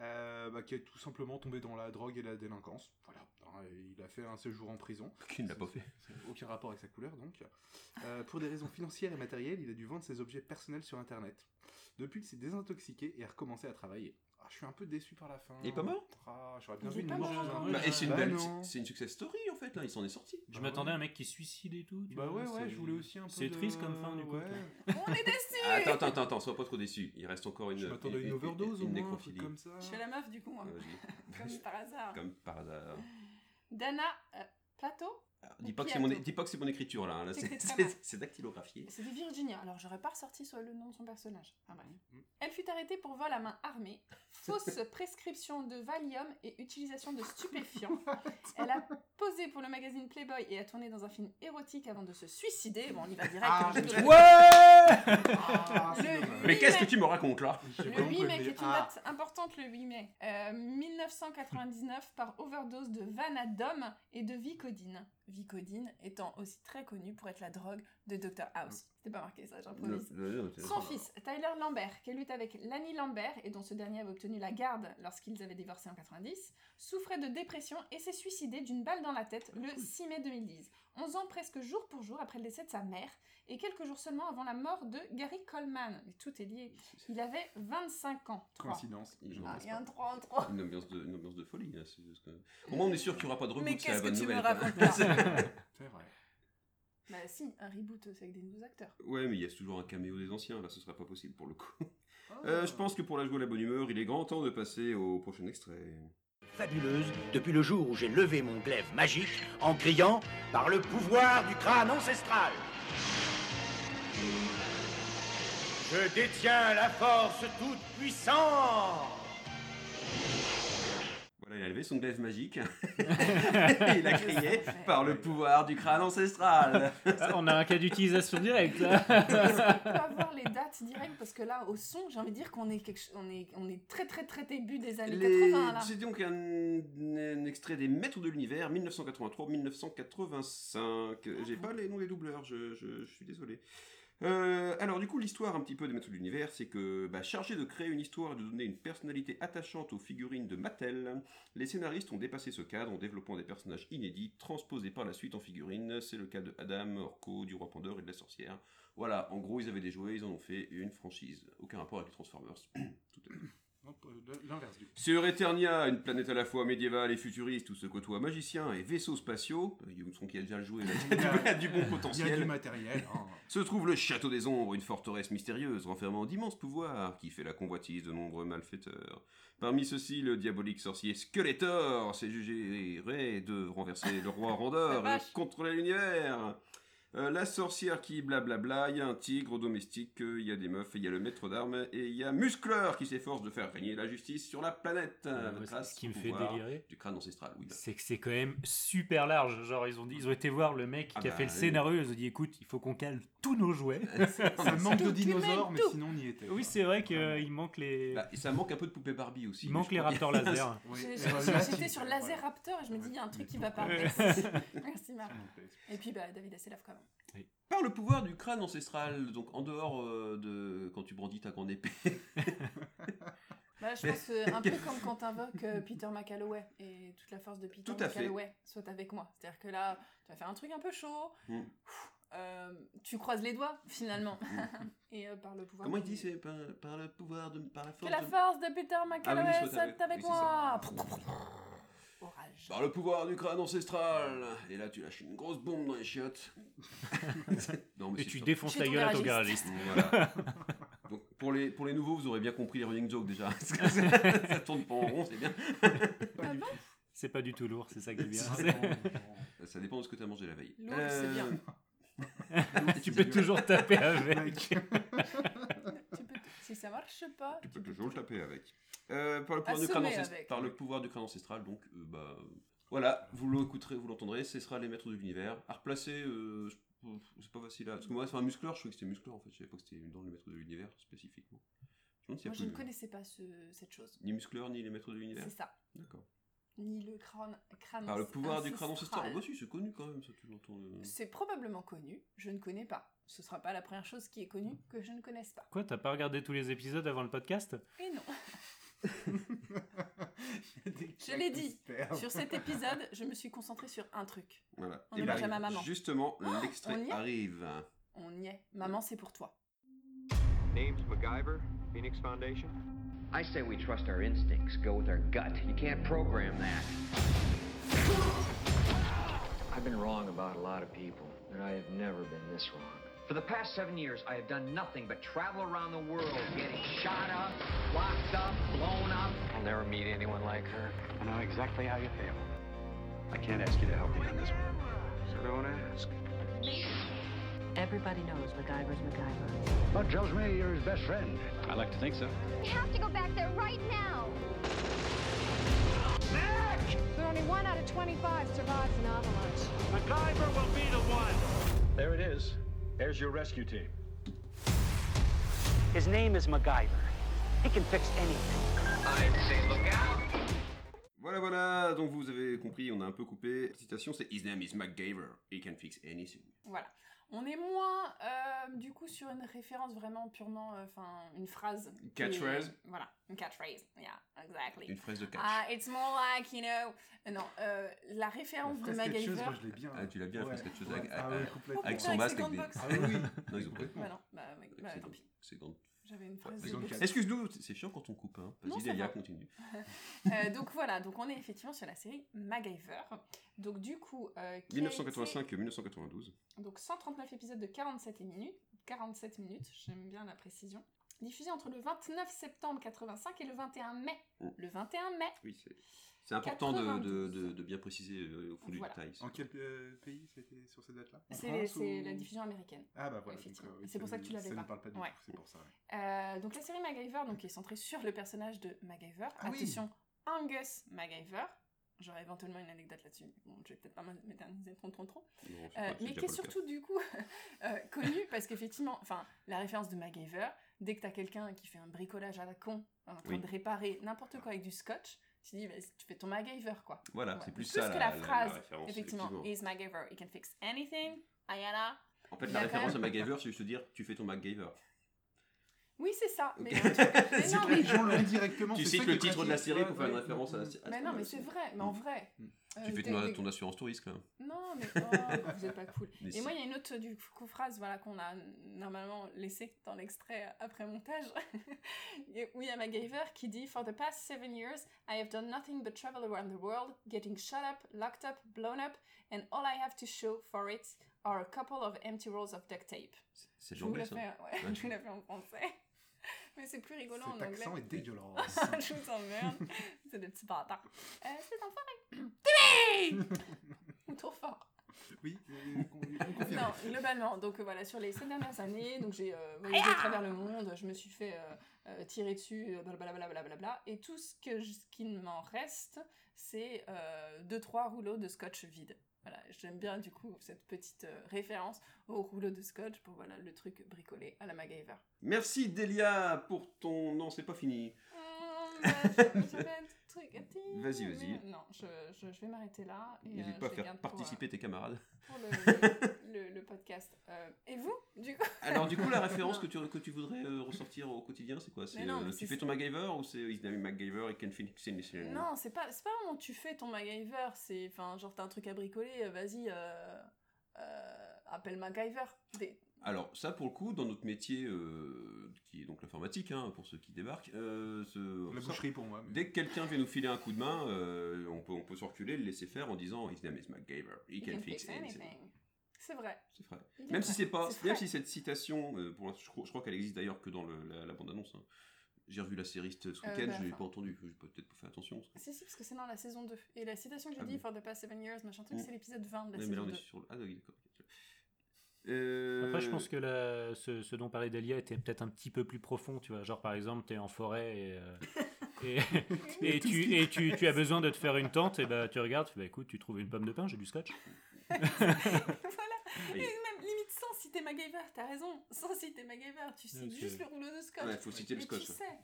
Speaker 8: euh, bah, qui est tout simplement tombé dans la drogue et la délinquance. Voilà, hein, et il a fait un séjour en prison.
Speaker 7: Qui ne l'a pas fait
Speaker 8: Aucun rapport avec sa couleur, donc. Euh, pour des raisons financières et matérielles, il a dû vendre ses objets personnels sur Internet. Depuis, il s'est désintoxiqué et a recommencé à travailler. Ah, je suis un peu déçu par la fin.
Speaker 7: Il est pas mort
Speaker 8: Ah, j'aurais bien
Speaker 9: Il
Speaker 8: vu
Speaker 9: est
Speaker 8: une
Speaker 9: pas
Speaker 8: mort.
Speaker 9: mort hein.
Speaker 8: dans un
Speaker 10: encore.
Speaker 8: rush.
Speaker 7: Bah, Et c'est une
Speaker 8: Bah
Speaker 7: belle.
Speaker 8: non.
Speaker 7: c'est- C'est une success story en fait, là, il s'en est sorti.
Speaker 10: Je
Speaker 8: Bah
Speaker 10: m'attendais à
Speaker 8: ouais.
Speaker 10: un mec qui se suicide et tout. tu
Speaker 8: Bah
Speaker 10: vois,
Speaker 7: hein,
Speaker 8: ouais, ouais,
Speaker 10: c'est-
Speaker 8: je voulais aussi un peu.
Speaker 10: C'est
Speaker 8: de-
Speaker 10: triste comme fin, du coup.
Speaker 8: Ouais.
Speaker 9: On est déçus
Speaker 7: Attends, attends, attends, attends, sois pas trop déçu. Il reste encore une.
Speaker 8: Je m'attendais à une overdose au
Speaker 7: une
Speaker 8: moins, un truc
Speaker 7: nécrophilie.
Speaker 8: comme ça.
Speaker 9: Je fais la meuf, du coup, moi.
Speaker 7: Ah, vas-y.
Speaker 9: Comme par hasard.
Speaker 7: Comme par hasard.
Speaker 9: Dana euh, Plateau,
Speaker 7: Ah, Dis pas,
Speaker 9: Ou
Speaker 7: que c'est mon,
Speaker 9: Piatto.
Speaker 7: dis pas que c'est mon écriture là, hein. là
Speaker 9: C'est
Speaker 7: c'est-
Speaker 9: que c'est pas mal.
Speaker 7: c'est c'est dactylographié.
Speaker 9: c'était Virginia. Alors, j'aurais pas ressorti sur le nom de son personnage. Enfin, bref.
Speaker 8: Mm.
Speaker 9: Elle fut arrêtée pour vol à main armée, fausse prescription de Valium et utilisation de stupéfiants. Elle a posé pour le magazine Playboy et a tourné dans un film érotique avant de se suicider. Bon, on y va direct.
Speaker 8: Ah,
Speaker 9: hein, je te
Speaker 8: mais-
Speaker 9: le-
Speaker 10: Ouais
Speaker 8: Ah, c'est
Speaker 9: Le-
Speaker 8: dommage.
Speaker 7: Mais qu'est-ce que tu me racontes là
Speaker 8: J'ai
Speaker 9: Le
Speaker 8: vraiment
Speaker 9: 8 mai,
Speaker 8: préféré.
Speaker 9: qui est une
Speaker 8: Ah,
Speaker 9: date importante, le 8 mai. Euh, 1999, par overdose de Vanadome et de Vicodine. Vicodine étant aussi très connue pour être la drogue de Dr House.
Speaker 8: Mm.
Speaker 9: C'était pas marqué ça, j'improvise. Son fils, Tyler Lambert, qui lutte avec Lanny Lambert et dont ce dernier avait obtenu la garde lorsqu'ils avaient divorcé en 90, souffrait de dépression et s'est suicidé d'une balle dans la tête le 6 mai 2010, 11 ans presque jour pour jour après le décès de sa mère et quelques jours seulement avant la mort de Gary Coleman. Mais tout est lié. Il avait 25 ans. Trois.
Speaker 8: Coïncidence.
Speaker 7: Il
Speaker 8: j'en
Speaker 7: en
Speaker 9: Ah,
Speaker 8: pense
Speaker 9: il y a
Speaker 8: pas.
Speaker 9: un 3 en 3.
Speaker 7: Une ambiance de, une ambiance de folie. Là, c'est- c'est- c'est- Au moins, on est sûr qu'il n'y aura pas de reboot.
Speaker 9: Mais
Speaker 7: c'est la
Speaker 9: qu'est-ce que
Speaker 7: bonne
Speaker 9: tu me
Speaker 7: nouvelle, quoi.
Speaker 9: racontes là
Speaker 8: C'est vrai.
Speaker 9: Bah si, un reboot, c'est avec des nouveaux acteurs.
Speaker 7: Ouais, mais il y a toujours un caméo des anciens. Là, ce serait pas possible pour le coup.
Speaker 8: Oh.
Speaker 7: Euh, je pense que pour la joie à la bonne humeur, il est grand temps de passer au prochain extrait.
Speaker 2: Fabuleuse depuis le jour où j'ai levé mon glaive magique en criant par le pouvoir du crâne ancestral. Je détiens la force toute puissante.
Speaker 7: Voilà, il a levé son glaive magique. Et il a crié par le pouvoir du crâne ancestral.
Speaker 10: Ah, On a un cas d'utilisation directe. là.
Speaker 7: Ah,
Speaker 9: On peut avoir les dates directes parce que là, au son, j'ai envie de dire qu'on est, quelque... cho- on est, on est très très très début des années
Speaker 7: Les-
Speaker 9: 80 là.
Speaker 7: C'est donc un, un extrait des Maîtres de l'Univers,
Speaker 9: Ah
Speaker 7: 1983-1985. J'ai pas les noms des doubleurs, je, je- je suis désolé. Euh, alors du coup, l'histoire un petit peu des Maîtres de l'Univers, c'est que bah, chargé de créer une histoire et de donner une personnalité attachante aux figurines de Mattel, les scénaristes ont dépassé ce cadre en développant des personnages inédits, transposés par la suite en figurines. C'est le cas de Adam, Orko, du Roi Pandore et de la Sorcière. Voilà, en gros, ils avaient des jouets, ils en ont fait une franchise. Aucun rapport avec les Transformers. Tout à fait.
Speaker 8: Hop, euh, L'inverse du.
Speaker 7: Sur Eternia, une planète à la fois médiévale et futuriste où se côtoient magiciens et vaisseaux spatiaux, euh, Youngson qui a déjà joué, là, il y a du- il y a du bon potentiel.
Speaker 8: Il y a du matériel. hein.
Speaker 7: Se trouve le Château des Ombres, une forteresse mystérieuse renfermant d'immenses pouvoirs qui fait la convoitise de nombreux malfaiteurs. Parmi ceux-ci, le diabolique sorcier Skeletor s'est jugé ré de renverser le roi Randor et de contrôler l'univers. Euh, la sorcière qui blablabla, il y a un tigre domestique, euh, il y a des meufs, il y a le maître d'armes et il y a Muscleur qui s'efforce de faire régner la justice sur la planète.
Speaker 10: Euh,
Speaker 7: euh,
Speaker 10: moi,
Speaker 7: grâce
Speaker 10: ce qui
Speaker 7: au
Speaker 10: me fait
Speaker 7: pouvoir
Speaker 10: délirer.
Speaker 7: Du crâne ancestral, oui. bah.
Speaker 10: C'est que c'est quand même super large. Genre, ils ont, dit, ils ont été voir le mec
Speaker 7: Ah
Speaker 10: qui a
Speaker 7: bah,
Speaker 10: fait le
Speaker 7: oui.
Speaker 10: scénario. Ils ont dit écoute, il faut qu'on calme tous nos jouets.
Speaker 8: Ça manque de
Speaker 9: Tout, tu
Speaker 8: dinosaures,
Speaker 9: mets
Speaker 8: mais
Speaker 9: tout.
Speaker 8: sinon on y était.
Speaker 10: oui, c'est vrai qu'il manque les.
Speaker 7: Ah Bah, et ça manque un peu de poupée Barbie aussi.
Speaker 10: il
Speaker 7: mais
Speaker 10: manque
Speaker 7: je
Speaker 10: les
Speaker 7: crois
Speaker 10: raptors
Speaker 7: qu'il y a-
Speaker 10: laser.
Speaker 8: Oui.
Speaker 9: J'ai-
Speaker 8: Et voilà,
Speaker 9: j'ai- J'étais
Speaker 8: si-
Speaker 9: sur
Speaker 8: voilà.
Speaker 9: Laser Ah, Raptor et je me dis, il y a un truc qui va pas.
Speaker 10: Ouais.
Speaker 9: Merci Marc. Et puis bah, David Asselaf quand même.
Speaker 7: Par le pouvoir du crâne ancestral, donc en dehors euh, de quand tu brandis ta grande épée.
Speaker 9: Bah, je pense euh, un peu comme quand t'invoques euh, Peter McCalloway et toute la force de Peter
Speaker 7: Tout à fait.
Speaker 9: McCalloway soit avec moi. C'est-à-dire que là, tu vas faire un truc un peu chaud,
Speaker 7: Mm.
Speaker 9: Ouf, euh, tu croises les doigts finalement. et euh, par le pouvoir.
Speaker 7: Mm. Comment il
Speaker 9: du-
Speaker 7: dit c'est par, par le pouvoir de par la
Speaker 9: Que
Speaker 7: force.
Speaker 9: la
Speaker 7: de- Ah
Speaker 9: force de Peter McCalloway
Speaker 7: soit avec-
Speaker 9: soit avec
Speaker 7: oui, c'est
Speaker 9: moi Orage.
Speaker 7: Par le pouvoir du crâne ancestral. Et là tu lâches une grosse bombe dans les chiottes. non, mais
Speaker 10: Et
Speaker 7: c'est
Speaker 10: tu
Speaker 7: sûr.
Speaker 10: défonces
Speaker 9: Chez
Speaker 10: la
Speaker 9: ton
Speaker 10: gueule à ton
Speaker 9: garagiste.
Speaker 10: garagiste.
Speaker 7: Voilà. Donc pour les pour les nouveaux, vous aurez bien compris les running jokes déjà. Parce que ça, ça tourne pas en rond, c'est bien.
Speaker 9: Ah bon
Speaker 10: C'est pas du tout lourd, c'est ça qui est bien.
Speaker 8: Ah, non, non.
Speaker 7: Ça dépend de ce que t'as mangé la veille.
Speaker 9: Lourd, c'est
Speaker 7: Euh,
Speaker 9: bien.
Speaker 10: tu peux toujours taper avec.
Speaker 8: Mec.
Speaker 9: Tu peux- Si ça marche pas,
Speaker 7: Tu peux toujours le taper avec. Euh, par, le pouvoir du crâne
Speaker 9: Assommer
Speaker 7: ancest-
Speaker 9: avec.
Speaker 7: par le pouvoir du crâne ancestral, donc, euh, bah, euh, voilà, vous l'écouterez, vous l'entendrez, ce sera les maîtres de l'univers. À replacer, euh, je- euh, c'est pas facile à. Parce que moi, c'est un muscleur, je trouvais que c'était muscleur en fait, je savais pas que c'était dans les maîtres de l'univers spécifiquement. Je me demande s'il y a
Speaker 9: moi je
Speaker 7: plus
Speaker 9: ne
Speaker 7: de-
Speaker 9: connaissais pas ce- cette chose.
Speaker 7: Ni muscleur, ni les maîtres de l'univers.
Speaker 9: C'est ça.
Speaker 7: D'accord.
Speaker 9: Ni le crâne, crâne
Speaker 7: Par Ah, le pouvoir du crâne
Speaker 9: ancestral.
Speaker 7: ancestral. Moi, si, c'est connu quand même, ça, tu l'entends. euh.
Speaker 9: C'est probablement connu, je ne connais pas. Ce sera pas la première chose qui est connue que je ne connaisse pas.
Speaker 10: Quoi, t'as pas regardé tous les épisodes avant le podcast
Speaker 9: Et non.
Speaker 8: Je
Speaker 9: l'ai dit. Sur cet épisode, je me suis concentrée sur un truc.
Speaker 7: Voilà.
Speaker 9: On
Speaker 7: Eh
Speaker 9: ne
Speaker 7: ben,
Speaker 9: mange à ma maman.
Speaker 7: Justement,
Speaker 9: Oh, on
Speaker 7: l'extrait
Speaker 9: y est
Speaker 7: arrive.
Speaker 9: On y est. Maman, c'est pour toi.
Speaker 12: Name's MacGyver, Phoenix Foundation.
Speaker 2: I say we trust our instincts, go with our gut. You can't program that.
Speaker 12: I've been wrong about a lot of people, and I have never been this wrong. For the past seven years, I have done nothing but travel around the world, getting shot up, locked up, blown up. I'll never meet anyone like her. I know exactly how you feel. I can't ask you to help me on this one. So don't ask.
Speaker 11: Everybody knows MacGyver's MacGyver.
Speaker 12: What tells me you're his best friend. I like to think so.
Speaker 11: We have to go back there right now.
Speaker 3: But only one out of 25 survives an avalanche.
Speaker 12: There it is. There's your rescue team.
Speaker 2: His name is MacGyver. He can fix anything.
Speaker 12: I'd say look out.
Speaker 7: Voilà, voilà, donc vous avez compris, on a un peu coupé. La citation, c'est His name is MacGyver, he can fix anything.
Speaker 9: Voilà. On est moins, euh, du coup, sur une référence vraiment purement, euh, enfin, une phrase. qui est-
Speaker 7: Catchphrase.
Speaker 9: Voilà, une catchphrase. Yeah, exactly.
Speaker 7: Une phrase de catch.
Speaker 9: Ah, it's more like, you know. Non, euh, la référence de MacGyver.
Speaker 8: Moi, je l'ai bien.
Speaker 7: Ah, tu l'as bien, la fresque chose avec-
Speaker 8: Ah,
Speaker 7: avec-
Speaker 8: oui, complètement.
Speaker 7: avec
Speaker 9: putain,
Speaker 7: son
Speaker 9: avec
Speaker 7: masque.
Speaker 9: ses gants
Speaker 7: avec
Speaker 9: de
Speaker 7: des-
Speaker 9: boxe.
Speaker 8: Ah oui,
Speaker 7: Non, ils ont pas.
Speaker 9: Bah
Speaker 8: complètement.
Speaker 9: non, bah, ouais, bah,
Speaker 7: C'est
Speaker 9: tant
Speaker 7: gant-
Speaker 9: pis.
Speaker 7: C'est gant-
Speaker 9: J'avais une phrase.
Speaker 8: c'est
Speaker 9: de
Speaker 8: gant-
Speaker 9: boxe.
Speaker 7: Excuse-nous, c'est chiant quand on coupe. Hein.
Speaker 9: Non,
Speaker 7: Vas-y,
Speaker 9: ça
Speaker 7: Delia,
Speaker 9: va.
Speaker 7: continue.
Speaker 9: Euh, donc voilà, donc on est effectivement sur la série MacGyver. Donc du coup, euh, qui a
Speaker 7: 1985-1992.
Speaker 9: été- donc 139 épisodes de 47 et minutes. 47 minutes, j'aime bien la précision. Diffusé entre le 29 septembre 85 et le 21 mai.
Speaker 8: Mm.
Speaker 7: Oh.
Speaker 9: Le 21 mai.
Speaker 7: Oui, c'est- c'est important de, de,
Speaker 9: 92.
Speaker 7: de- de bien préciser euh, au fond
Speaker 9: Voilà.
Speaker 7: du détail. ça.
Speaker 8: En quel euh, pays c'était sur cette date-là En
Speaker 9: C'est
Speaker 8: France
Speaker 9: c'est
Speaker 8: ou-
Speaker 9: la diffusion américaine.
Speaker 8: Ah bah voilà.
Speaker 9: Effectivement.
Speaker 8: donc, euh, oui,
Speaker 9: C'est pour ça que
Speaker 8: ne-
Speaker 9: tu l'avais
Speaker 8: Ça
Speaker 9: pas.
Speaker 8: ne parle pas du
Speaker 9: Ouais.
Speaker 8: tout, c'est pour ça. ouais.
Speaker 9: Euh, donc la série MacGyver donc, est centrée sur le personnage de MacGyver.
Speaker 8: Ah oui.
Speaker 9: Attention, Angus MacGyver. J'aurais éventuellement une anecdote là-dessus. mais Bon, je vais peut-être pas m'éterniser trop trop trop.
Speaker 7: Non, c'est
Speaker 9: Euh,
Speaker 7: pas- c'est
Speaker 9: mais
Speaker 7: déjà
Speaker 9: qui est
Speaker 7: pas le cas.
Speaker 9: surtout du coup euh, connu parce qu'effectivement, enfin, la référence de MacGyver, dès que t'as quelqu'un qui fait un bricolage à la con, en train
Speaker 7: Oui.
Speaker 9: de réparer n'importe quoi avec du scotch, tu dis, bah, tu fais ton MacGyver quoi.
Speaker 7: Voilà,
Speaker 9: Ouais.
Speaker 7: c'est plus,
Speaker 9: Plus
Speaker 7: ça
Speaker 9: que la phrase,
Speaker 7: référence,
Speaker 9: effectivement, is MacGyver, he can fix anything, ayala.
Speaker 7: En fait,
Speaker 9: il
Speaker 7: la
Speaker 9: a quand
Speaker 7: référence à
Speaker 9: même-
Speaker 7: MacGyver, c'est juste de dire tu fais ton MacGyver.
Speaker 9: Oui, c'est ça. Mais,
Speaker 7: Ok.
Speaker 9: non, tu- mais
Speaker 7: C'est
Speaker 9: non,
Speaker 7: pas
Speaker 9: mais-
Speaker 8: Les gens l'ont directement.
Speaker 7: Tu
Speaker 8: c'est
Speaker 7: cites
Speaker 8: ça qui
Speaker 7: le
Speaker 8: est
Speaker 7: titre de la
Speaker 8: pratique,
Speaker 7: série
Speaker 8: ouais,
Speaker 7: pour faire une
Speaker 8: ouais.
Speaker 7: référence à la série.
Speaker 9: mais non, mais c'est vrai, mais en vrai.
Speaker 8: Mm.
Speaker 9: Euh,
Speaker 7: Tu fais
Speaker 9: des-
Speaker 7: ton,
Speaker 9: des-
Speaker 7: ton assurance touriste quand même.
Speaker 9: Non, mais oh, vous êtes pas cool.
Speaker 7: Mais
Speaker 9: Et
Speaker 7: si.
Speaker 9: moi, il y a une autre du coup phrase voilà, qu'on a normalement laissée dans l'extrait après montage, et où il y a MacGyver qui dit For the past seven years, I have done nothing but travel around the world, getting shut up, locked up, blown up, and all I have to show for it are a couple of empty rolls of duct tape.
Speaker 7: C'est de
Speaker 9: Je vous
Speaker 7: l'anglais ça.
Speaker 9: la fais, ouais,
Speaker 7: Ouais.
Speaker 9: je vous la fais en français. Mais c'est plus rigolo en
Speaker 8: Cet
Speaker 9: anglais.
Speaker 8: accent est dégueulasse.
Speaker 9: je vous emmerde. C'est des petits bâtards. Euh, c'est enfoiré. Timmy Trop fort.
Speaker 8: Oui, on, on- on confirme.
Speaker 9: Non, globalement, donc euh, voilà, sur les sept dernières années, donc j'ai euh, voyagé à travers le monde, je me suis fait euh, euh, tirer dessus, euh, blablabla, blablabla, et tout ce, que je- ce qu'il m'en reste, c'est euh, deux, trois rouleaux de scotch vide. Voilà, j'aime bien du coup cette petite euh, référence au rouleau de scotch pour voilà le truc bricolé à la MacGyver.
Speaker 7: Merci Delia pour ton. Non, c'est pas fini.
Speaker 9: Mmh, j'avais- j'avais un petit truc à dire,
Speaker 7: Vas-y, vas-y.
Speaker 9: mais Non, je, je- je vais m'arrêter là. et, euh,
Speaker 7: N'hésite pas à
Speaker 9: je
Speaker 7: faire
Speaker 9: garde pour,
Speaker 7: participer tes camarades.
Speaker 9: euh, Pour, le, le- le podcast. Euh, et vous, du coup
Speaker 7: Alors du coup, la référence
Speaker 9: Non.
Speaker 7: que tu, que tu voudrais euh, ressortir au quotidien, c'est quoi C'est
Speaker 9: Mais non,
Speaker 7: euh,
Speaker 9: mais
Speaker 7: tu
Speaker 9: c'est
Speaker 7: fais ton
Speaker 9: ça.
Speaker 7: MacGyver ou c'est Is Name MacGyver et Ken Phoenix c'est- c'est-
Speaker 9: Non, c'est pas, c'est pas vraiment tu fais ton MacGyver, c'est enfin genre t'as un truc à bricoler, euh, vas-y, euh, euh, appelle MacGyver. Des-
Speaker 7: Alors ça, pour le coup, dans notre métier, euh, qui est donc l'informatique, hein, pour ceux qui débarquent, euh, ce-
Speaker 8: La
Speaker 7: ça-
Speaker 8: boucherie pour moi. mais-
Speaker 7: Dès que quelqu'un vient nous filer un coup de main, euh, on, peut, on peut se reculer, le laisser faire en disant His name is MacGyver, he
Speaker 9: you
Speaker 7: can,
Speaker 9: can
Speaker 7: fix
Speaker 9: fix
Speaker 7: anything.
Speaker 9: anything. C'est vrai.
Speaker 7: C'est vrai.
Speaker 9: Il est
Speaker 7: Même si
Speaker 9: vrai.
Speaker 7: c'est pas,
Speaker 9: C'est
Speaker 7: même
Speaker 9: vrai.
Speaker 7: si cette citation, euh, pour l'instant, je crois, je crois qu'elle existe d'ailleurs que dans le- la, la bande-annonce. hein. J'ai revu la série ce ce
Speaker 9: Euh,
Speaker 7: week-end,
Speaker 9: bah,
Speaker 7: je l'ai
Speaker 9: enfin.
Speaker 7: pas entendu, je vais peut-être pas faire attention. parce que-
Speaker 9: Si, si, parce que c'est dans la saison 2. Et la citation que j'ai
Speaker 7: Ah
Speaker 9: dit,
Speaker 7: bon.
Speaker 9: For the past seven years, machin truc,
Speaker 7: Mm.
Speaker 9: c'est l'épisode 20 de la
Speaker 7: Ouais, mais là
Speaker 9: saison
Speaker 7: on est
Speaker 9: 2.
Speaker 7: sur le. Ah oui, d'accord. Euh,
Speaker 10: Après, je pense que la- ce, ce dont parlait Delia était peut-être un petit peu plus profond, tu vois. Genre, par exemple, t'es en forêt et, euh, et, et
Speaker 8: Tout ce qui
Speaker 10: tu, et tu,
Speaker 8: traverse.
Speaker 10: tu as besoin de te faire une tente, et bah tu regardes, tu fais, bah écoute, tu trouves une pomme de pain, j'ai du scotch.
Speaker 9: voilà.
Speaker 7: Et-
Speaker 9: Et même limite sans citer MacGyver, t'as raison. Sans citer MacGyver, tu sais
Speaker 10: parce
Speaker 9: juste
Speaker 10: que-
Speaker 9: le rouleau de scotch.
Speaker 7: Ouais, faut citer le
Speaker 9: Et
Speaker 7: scotch,
Speaker 9: Tu
Speaker 7: ouais.
Speaker 9: sais.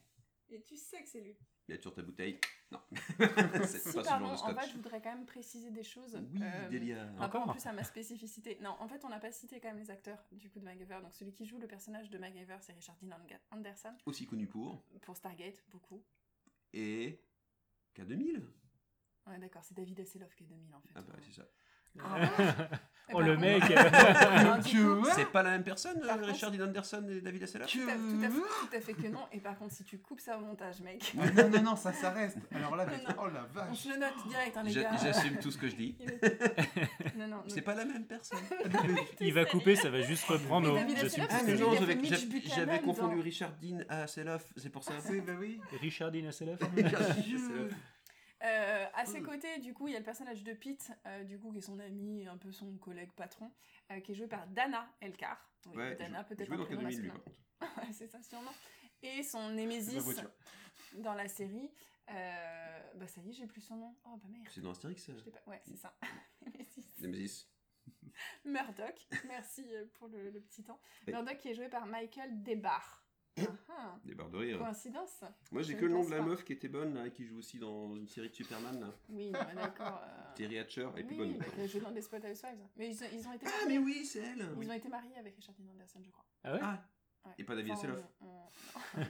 Speaker 9: Et tu sais que c'est lui.
Speaker 7: Il y a sur ta bouteille. Non. c'est
Speaker 9: Si,
Speaker 7: pas ce
Speaker 9: pardon,
Speaker 7: genre de
Speaker 9: en fait,
Speaker 7: scotch.
Speaker 9: je voudrais quand même préciser des choses.
Speaker 7: Oui,
Speaker 9: Euh,
Speaker 7: Delia.
Speaker 9: Par rapport en
Speaker 10: Encore
Speaker 9: plus à ma spécificité. Non, en fait, on n'a pas cité quand même les acteurs du coup de MacGyver. Donc celui qui joue le personnage de MacGyver, c'est Richard Dean Anga- Anderson.
Speaker 7: Aussi connu pour.
Speaker 9: Pour Stargate, beaucoup.
Speaker 7: Et. K2000
Speaker 9: Ouais, d'accord, c'est David Hasselhoff qui est 2000 en fait.
Speaker 7: Ah bah c'est ça.
Speaker 9: Eh
Speaker 10: oh,
Speaker 9: ben,
Speaker 10: le
Speaker 9: on-
Speaker 10: mec
Speaker 9: Non, du coup,
Speaker 8: Que-
Speaker 7: C'est pas la même personne,
Speaker 9: Ah Par
Speaker 7: euh,
Speaker 9: contre-
Speaker 7: Richard Dean Anderson et David Hasselhoff
Speaker 9: Tout à,
Speaker 8: que-
Speaker 9: tout à fait, tout à fait que non. Et par contre, si tu coupes ça au montage, mec,
Speaker 8: Ah, non, non, non, ça, ça reste. Alors là,
Speaker 9: Non,
Speaker 8: mais-
Speaker 9: non.
Speaker 8: oh la
Speaker 9: on
Speaker 8: vache.
Speaker 9: se le note direct, hein, les
Speaker 7: J'a-
Speaker 9: gars.
Speaker 7: J'assume tout ce que je dis.
Speaker 9: Il est- non, non,
Speaker 7: C'est pas la même personne.
Speaker 10: il va couper, ça va juste reprendre.
Speaker 9: Ah, Mais
Speaker 10: au-
Speaker 9: David
Speaker 10: Je suis
Speaker 9: Hasselhoff,
Speaker 10: plus
Speaker 9: c'est
Speaker 10: que-
Speaker 9: lui. j'avais- j'avais- j'avais confondu
Speaker 7: confondu Richard Dean à Hasselhoff, c'est pour ça.
Speaker 9: Ah,
Speaker 8: C'est, bah oui.
Speaker 10: Richard Dinaselef
Speaker 8: Je-
Speaker 9: Euh, à ses côtés, du coup, il y a le personnage de Pete, euh, du coup, qui est son ami, un peu son collègue patron, euh, qui est joué par Dana Elkar. Oui, Dana, peut-être un
Speaker 7: dans
Speaker 9: prénom
Speaker 7: 4000 lui,
Speaker 9: masculin.
Speaker 7: par contre.
Speaker 9: Ouais, c'est ça, sûrement. Et son
Speaker 8: La
Speaker 9: Némésis
Speaker 8: voiture.
Speaker 9: dans la série. euh, bah, ça y est, j'ai plus son nom. Oh, bah merde.
Speaker 7: C'est dans Astérix, ça
Speaker 9: Je l'ai pas... Ouais, c'est ça. Némésis.
Speaker 7: Nemesis.
Speaker 9: Murdoch. Merci euh, pour le, le petit temps.
Speaker 7: Oui.
Speaker 9: Murdoch qui est joué par Michael Debar. Ah, ah.
Speaker 7: Des barres de rire.
Speaker 9: Coïncidence
Speaker 7: Moi, j'ai
Speaker 9: je
Speaker 7: que le
Speaker 9: ne
Speaker 7: nom de
Speaker 9: pense
Speaker 7: la
Speaker 9: pas.
Speaker 7: meuf qui était bonne, là, qui joue aussi dans une série de Superman, là.
Speaker 9: Oui, non, mais d'accord. euh,
Speaker 7: Terry Hatcher, elle est
Speaker 9: Oui,
Speaker 7: plus bonne.
Speaker 9: bah, elle a joué dans Desperate Housewives. Mais ils, ont- ils ont été
Speaker 7: Ah, mais oui, c'est elle
Speaker 9: Ils ont été mariés avec Richard Dean Anderson, je crois.
Speaker 10: Ah ouais
Speaker 7: Ah,
Speaker 9: Ouais.
Speaker 7: et pas David
Speaker 9: Enfin,
Speaker 7: Hasselhoff.
Speaker 9: on- on- Oh, non.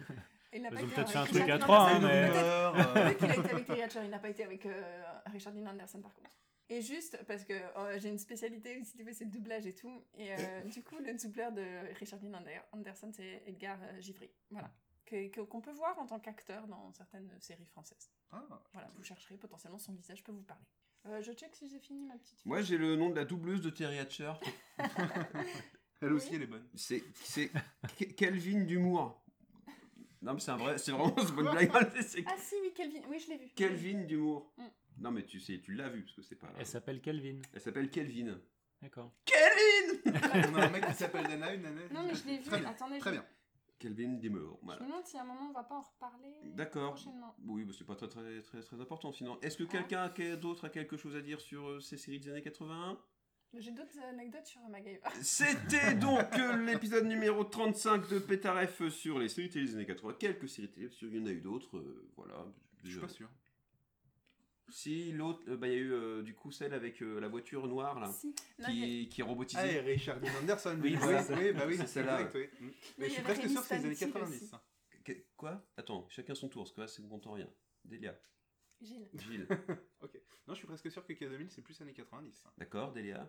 Speaker 9: Il n'a
Speaker 10: Ils
Speaker 9: pas
Speaker 10: ont peut-être
Speaker 9: été avec
Speaker 10: fait un
Speaker 9: Richard
Speaker 10: truc
Speaker 9: Dean
Speaker 10: à trois, hein,
Speaker 9: Anderson.
Speaker 10: mais-
Speaker 9: Peut-être-
Speaker 8: L'horreur, euh,
Speaker 9: peut-être qu'il a été avec Terry Hatcher, il n'a pas été avec euh, Richard Dean Anderson par contre. Et juste parce que euh, j'ai une spécialité si tu veux, c'est le doublage et tout. Et euh, du coup, le doubleur de Richard Dean Ander- Anderson, c'est Edgar euh, Givry. Voilà. Que- que- Qu'on peut voir en tant qu'acteur dans certaines séries françaises.
Speaker 8: Ah,
Speaker 9: Voilà, vous chercherez potentiellement son visage, peut vous parler. Euh, je check si j'ai fini ma petite.
Speaker 7: Moi, j'ai le nom de la doubleuse de Terry Hatcher.
Speaker 8: Elle aussi,
Speaker 9: Oui.
Speaker 8: elle est bonne.
Speaker 7: C'est c'est Ke- Kelvin Dumour. Non, mais c'est un vrai, c'est vraiment une bonne blague. C'est
Speaker 9: Ah si, oui, Kelvin. Oui, je l'ai vu.
Speaker 7: Kelvin Dumour.
Speaker 9: Mm.
Speaker 7: Non, mais tu sais, tu l'as vu parce que c'est pas.
Speaker 10: Elle s'appelle Calvin.
Speaker 7: Elle s'appelle Kelvin.
Speaker 10: D'accord.
Speaker 7: Kelvin
Speaker 8: On a un mec qui s'appelle Dana, une nana.
Speaker 9: Non, mais je l'ai vu.
Speaker 8: Très bien.
Speaker 9: Attendez,
Speaker 8: Très
Speaker 9: je-
Speaker 8: bien.
Speaker 7: Kelvin Dumour. Voilà.
Speaker 9: Je me demande si à un moment on va pas en reparler
Speaker 7: D'accord.
Speaker 9: prochainement.
Speaker 7: Oui, bah, c'est pas très, très, très, très important sinon. Est-ce que
Speaker 8: Ah.
Speaker 7: quelqu'un a que- d'autre a quelque chose à dire sur euh, ces séries des années 80
Speaker 9: J'ai d'autres anecdotes sur MacGyver.
Speaker 7: C'était donc euh, l'épisode numéro 35 de Pétaref sur les séries télé des années 80. Quelques séries télé, parce qu'il y en a eu d'autres. euh, voilà.
Speaker 8: Je suis pas sûr.
Speaker 7: Si, l'autre, euh, bah, il y a eu euh, du coup celle avec euh, la voiture noire là,
Speaker 9: Si. Non, il y a-
Speaker 7: qui, qui est robotisée.
Speaker 8: Ah, et Richard Dean Anderson.
Speaker 7: Oui,
Speaker 8: oui,
Speaker 7: voilà.
Speaker 8: oui, bah oui,
Speaker 7: C'est
Speaker 8: c'est
Speaker 7: celle-là,
Speaker 8: celle-là.
Speaker 9: il
Speaker 8: Mais je
Speaker 9: y
Speaker 8: suis
Speaker 9: avait
Speaker 8: presque
Speaker 9: Rémi
Speaker 8: sûr que c'est les années
Speaker 9: Stanfield
Speaker 8: 90.
Speaker 9: aussi.
Speaker 7: Que- Quoi Attends, chacun son tour, parce que là, c'est ne compte en rien. Delia.
Speaker 9: Gilles.
Speaker 7: Gilles.
Speaker 8: ok. Non, je suis presque sûr que K2000, c'est plus années 90.
Speaker 7: D'accord, Delia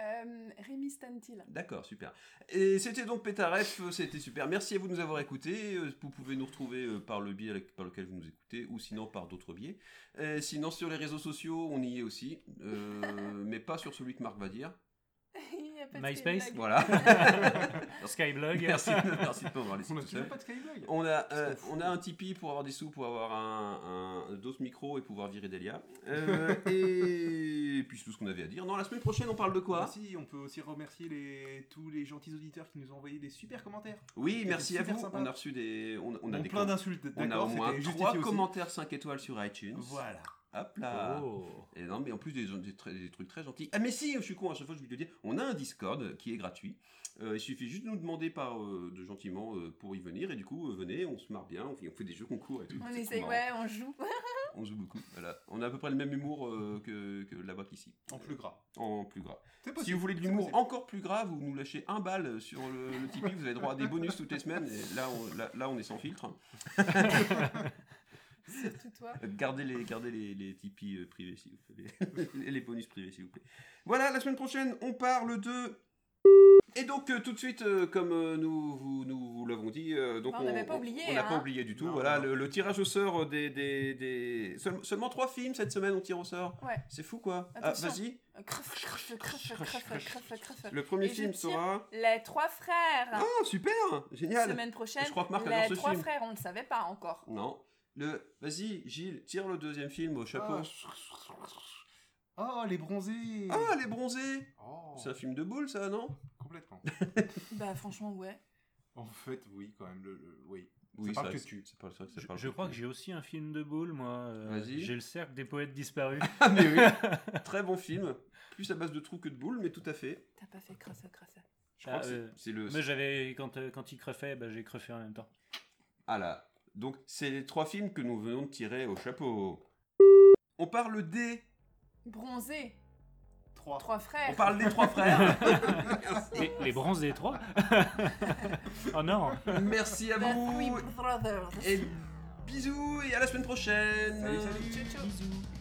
Speaker 9: Euh, Rémi Stantil.
Speaker 7: D'accord, super. Et c'était donc Pétaref, euh, c'était super. Merci à vous de nous avoir écoutés. Euh, Vous pouvez nous retrouver euh, par le biais par lequel vous nous écoutez, ou sinon par d'autres biais. Euh, sinon, sur les réseaux sociaux, on y est aussi, euh, mais pas sur celui que Marc va dire.
Speaker 9: Il y a pas de
Speaker 10: MySpace
Speaker 9: Skyblog.
Speaker 7: Voilà.
Speaker 10: Skyblog.
Speaker 7: Merci, merci de pas avoir laissé
Speaker 8: On a
Speaker 7: tout
Speaker 8: toujours
Speaker 7: seul.
Speaker 8: pas de Skyblog.
Speaker 7: On a, euh, on a un Tipeee pour avoir des sous, pour avoir un, un d'autres micros et pouvoir virer Delia. Euh, et puis c'est tout ce qu'on avait à dire. Non, la semaine prochaine, on parle de quoi
Speaker 8: Aussi, Bah, on peut aussi remercier les... tous les gentils auditeurs qui nous ont envoyé des super commentaires.
Speaker 7: Oui,
Speaker 8: C'était
Speaker 7: merci à
Speaker 8: super
Speaker 7: vous.
Speaker 8: sympa.
Speaker 7: On a reçu des. On, on a
Speaker 8: Bon,
Speaker 7: des
Speaker 8: plein
Speaker 7: com-
Speaker 8: d'insultes,
Speaker 7: On a
Speaker 8: d'accord,
Speaker 7: au moins
Speaker 8: c'était justifié
Speaker 7: 3
Speaker 8: aussi.
Speaker 7: commentaires 5 étoiles sur iTunes.
Speaker 8: Voilà.
Speaker 7: Hop là.
Speaker 10: Oh.
Speaker 7: Et non, mais en plus des, des tr- des trucs très gentils. Ah, mais si, je suis con, à chaque fois je vais te le dire. On a un Discord qui est gratuit. Euh, il suffit juste de nous demander par, euh, de gentiment euh, pour y venir. Et du coup, euh, venez, on se marre bien, on fait, on fait des jeux concours et tout.
Speaker 9: On
Speaker 7: C'est
Speaker 9: essaye,
Speaker 7: trop marrant.
Speaker 9: ouais, on joue.
Speaker 7: On joue beaucoup. Voilà. On a à peu près le même humour euh, que, que là-bas qu'ici.
Speaker 8: En plus gras.
Speaker 7: En plus grave.
Speaker 8: C'est
Speaker 7: Si
Speaker 8: possible,
Speaker 7: vous voulez de
Speaker 8: c'est
Speaker 7: l'humour
Speaker 8: possible.
Speaker 7: encore plus grave, vous nous lâchez un bal sur le, le Tipeee, vous avez droit à des bonus toutes les semaines. Et là, on, là, là, on est sans filtre.
Speaker 9: Surtout toi.
Speaker 7: Gardez les, gardez les, les Tipeee euh, privés, s'il vous plaît. les, les bonus privés, s'il vous plaît. Voilà, la semaine prochaine, on parle de. Et donc, euh, tout de suite, euh, comme euh, nous vous, nous vous l'avons dit, euh, donc
Speaker 9: Bah, on n'avait pas oublié,
Speaker 7: on n'a pas
Speaker 9: hein.
Speaker 7: oublié du tout.
Speaker 8: Non,
Speaker 7: voilà,
Speaker 8: non.
Speaker 7: Le, le tirage au sort des. des, des- seul- seulement trois films cette semaine, on tire au sort.
Speaker 9: Ouais.
Speaker 7: C'est fou, quoi. Ah,
Speaker 9: Attention.
Speaker 7: Vas-y,
Speaker 9: Euh, Cref, cref, cref, cref, cref, cref.
Speaker 7: le premier
Speaker 9: Et je
Speaker 7: film
Speaker 9: tire
Speaker 7: sera.
Speaker 9: Les trois frères.
Speaker 7: Ah, super Génial
Speaker 9: Semaine prochaine.
Speaker 7: Je crois que Marc adore ce
Speaker 9: Les trois
Speaker 7: film.
Speaker 9: frères, on ne le savait pas encore.
Speaker 7: Non. Le... Vas-y, Gilles, tire le deuxième film au chapeau.
Speaker 8: Ah, Oh, les bronzés
Speaker 7: Ah, Les Bronzés
Speaker 8: Oh,
Speaker 7: C'est un film de boule, ça, non
Speaker 8: Complètement.
Speaker 9: Bah franchement, ouais.
Speaker 8: En fait, oui, quand même. Le, le- oui.
Speaker 7: Oui,
Speaker 8: ça
Speaker 7: c'est
Speaker 8: parle que
Speaker 7: vrai
Speaker 8: tu.
Speaker 7: C'est pas vrai que ça
Speaker 10: Je,
Speaker 7: parle
Speaker 10: je
Speaker 7: que
Speaker 10: crois
Speaker 7: de
Speaker 10: que j'ai aussi un film de boule, moi. euh,
Speaker 7: Vas-y.
Speaker 10: J'ai le cercle des poètes disparus.
Speaker 7: Ah, mais oui Très bon film. Plus à base de trous que de boules, mais tout à fait.
Speaker 9: T'as pas fait crasse crasse.
Speaker 7: Je crois
Speaker 10: Ah,
Speaker 7: que c'est-
Speaker 10: euh,
Speaker 7: c'est le.
Speaker 10: Moi, j'avais quand, euh, quand il creffait, bah, j'ai creffé en même temps.
Speaker 7: Ah là. Donc, c'est les trois films que nous venons de tirer au chapeau. On parle des.
Speaker 9: Bronzé.
Speaker 8: 3.
Speaker 9: Trois frères.
Speaker 7: On parle des trois frères.
Speaker 10: Les, les bronzes des trois Oh non
Speaker 7: Merci à
Speaker 9: The
Speaker 7: vous.
Speaker 9: Three Brothers.
Speaker 7: Et bisous et à la semaine prochaine.
Speaker 8: Salut, salut.
Speaker 9: Ciao, ciao.
Speaker 7: Bisous.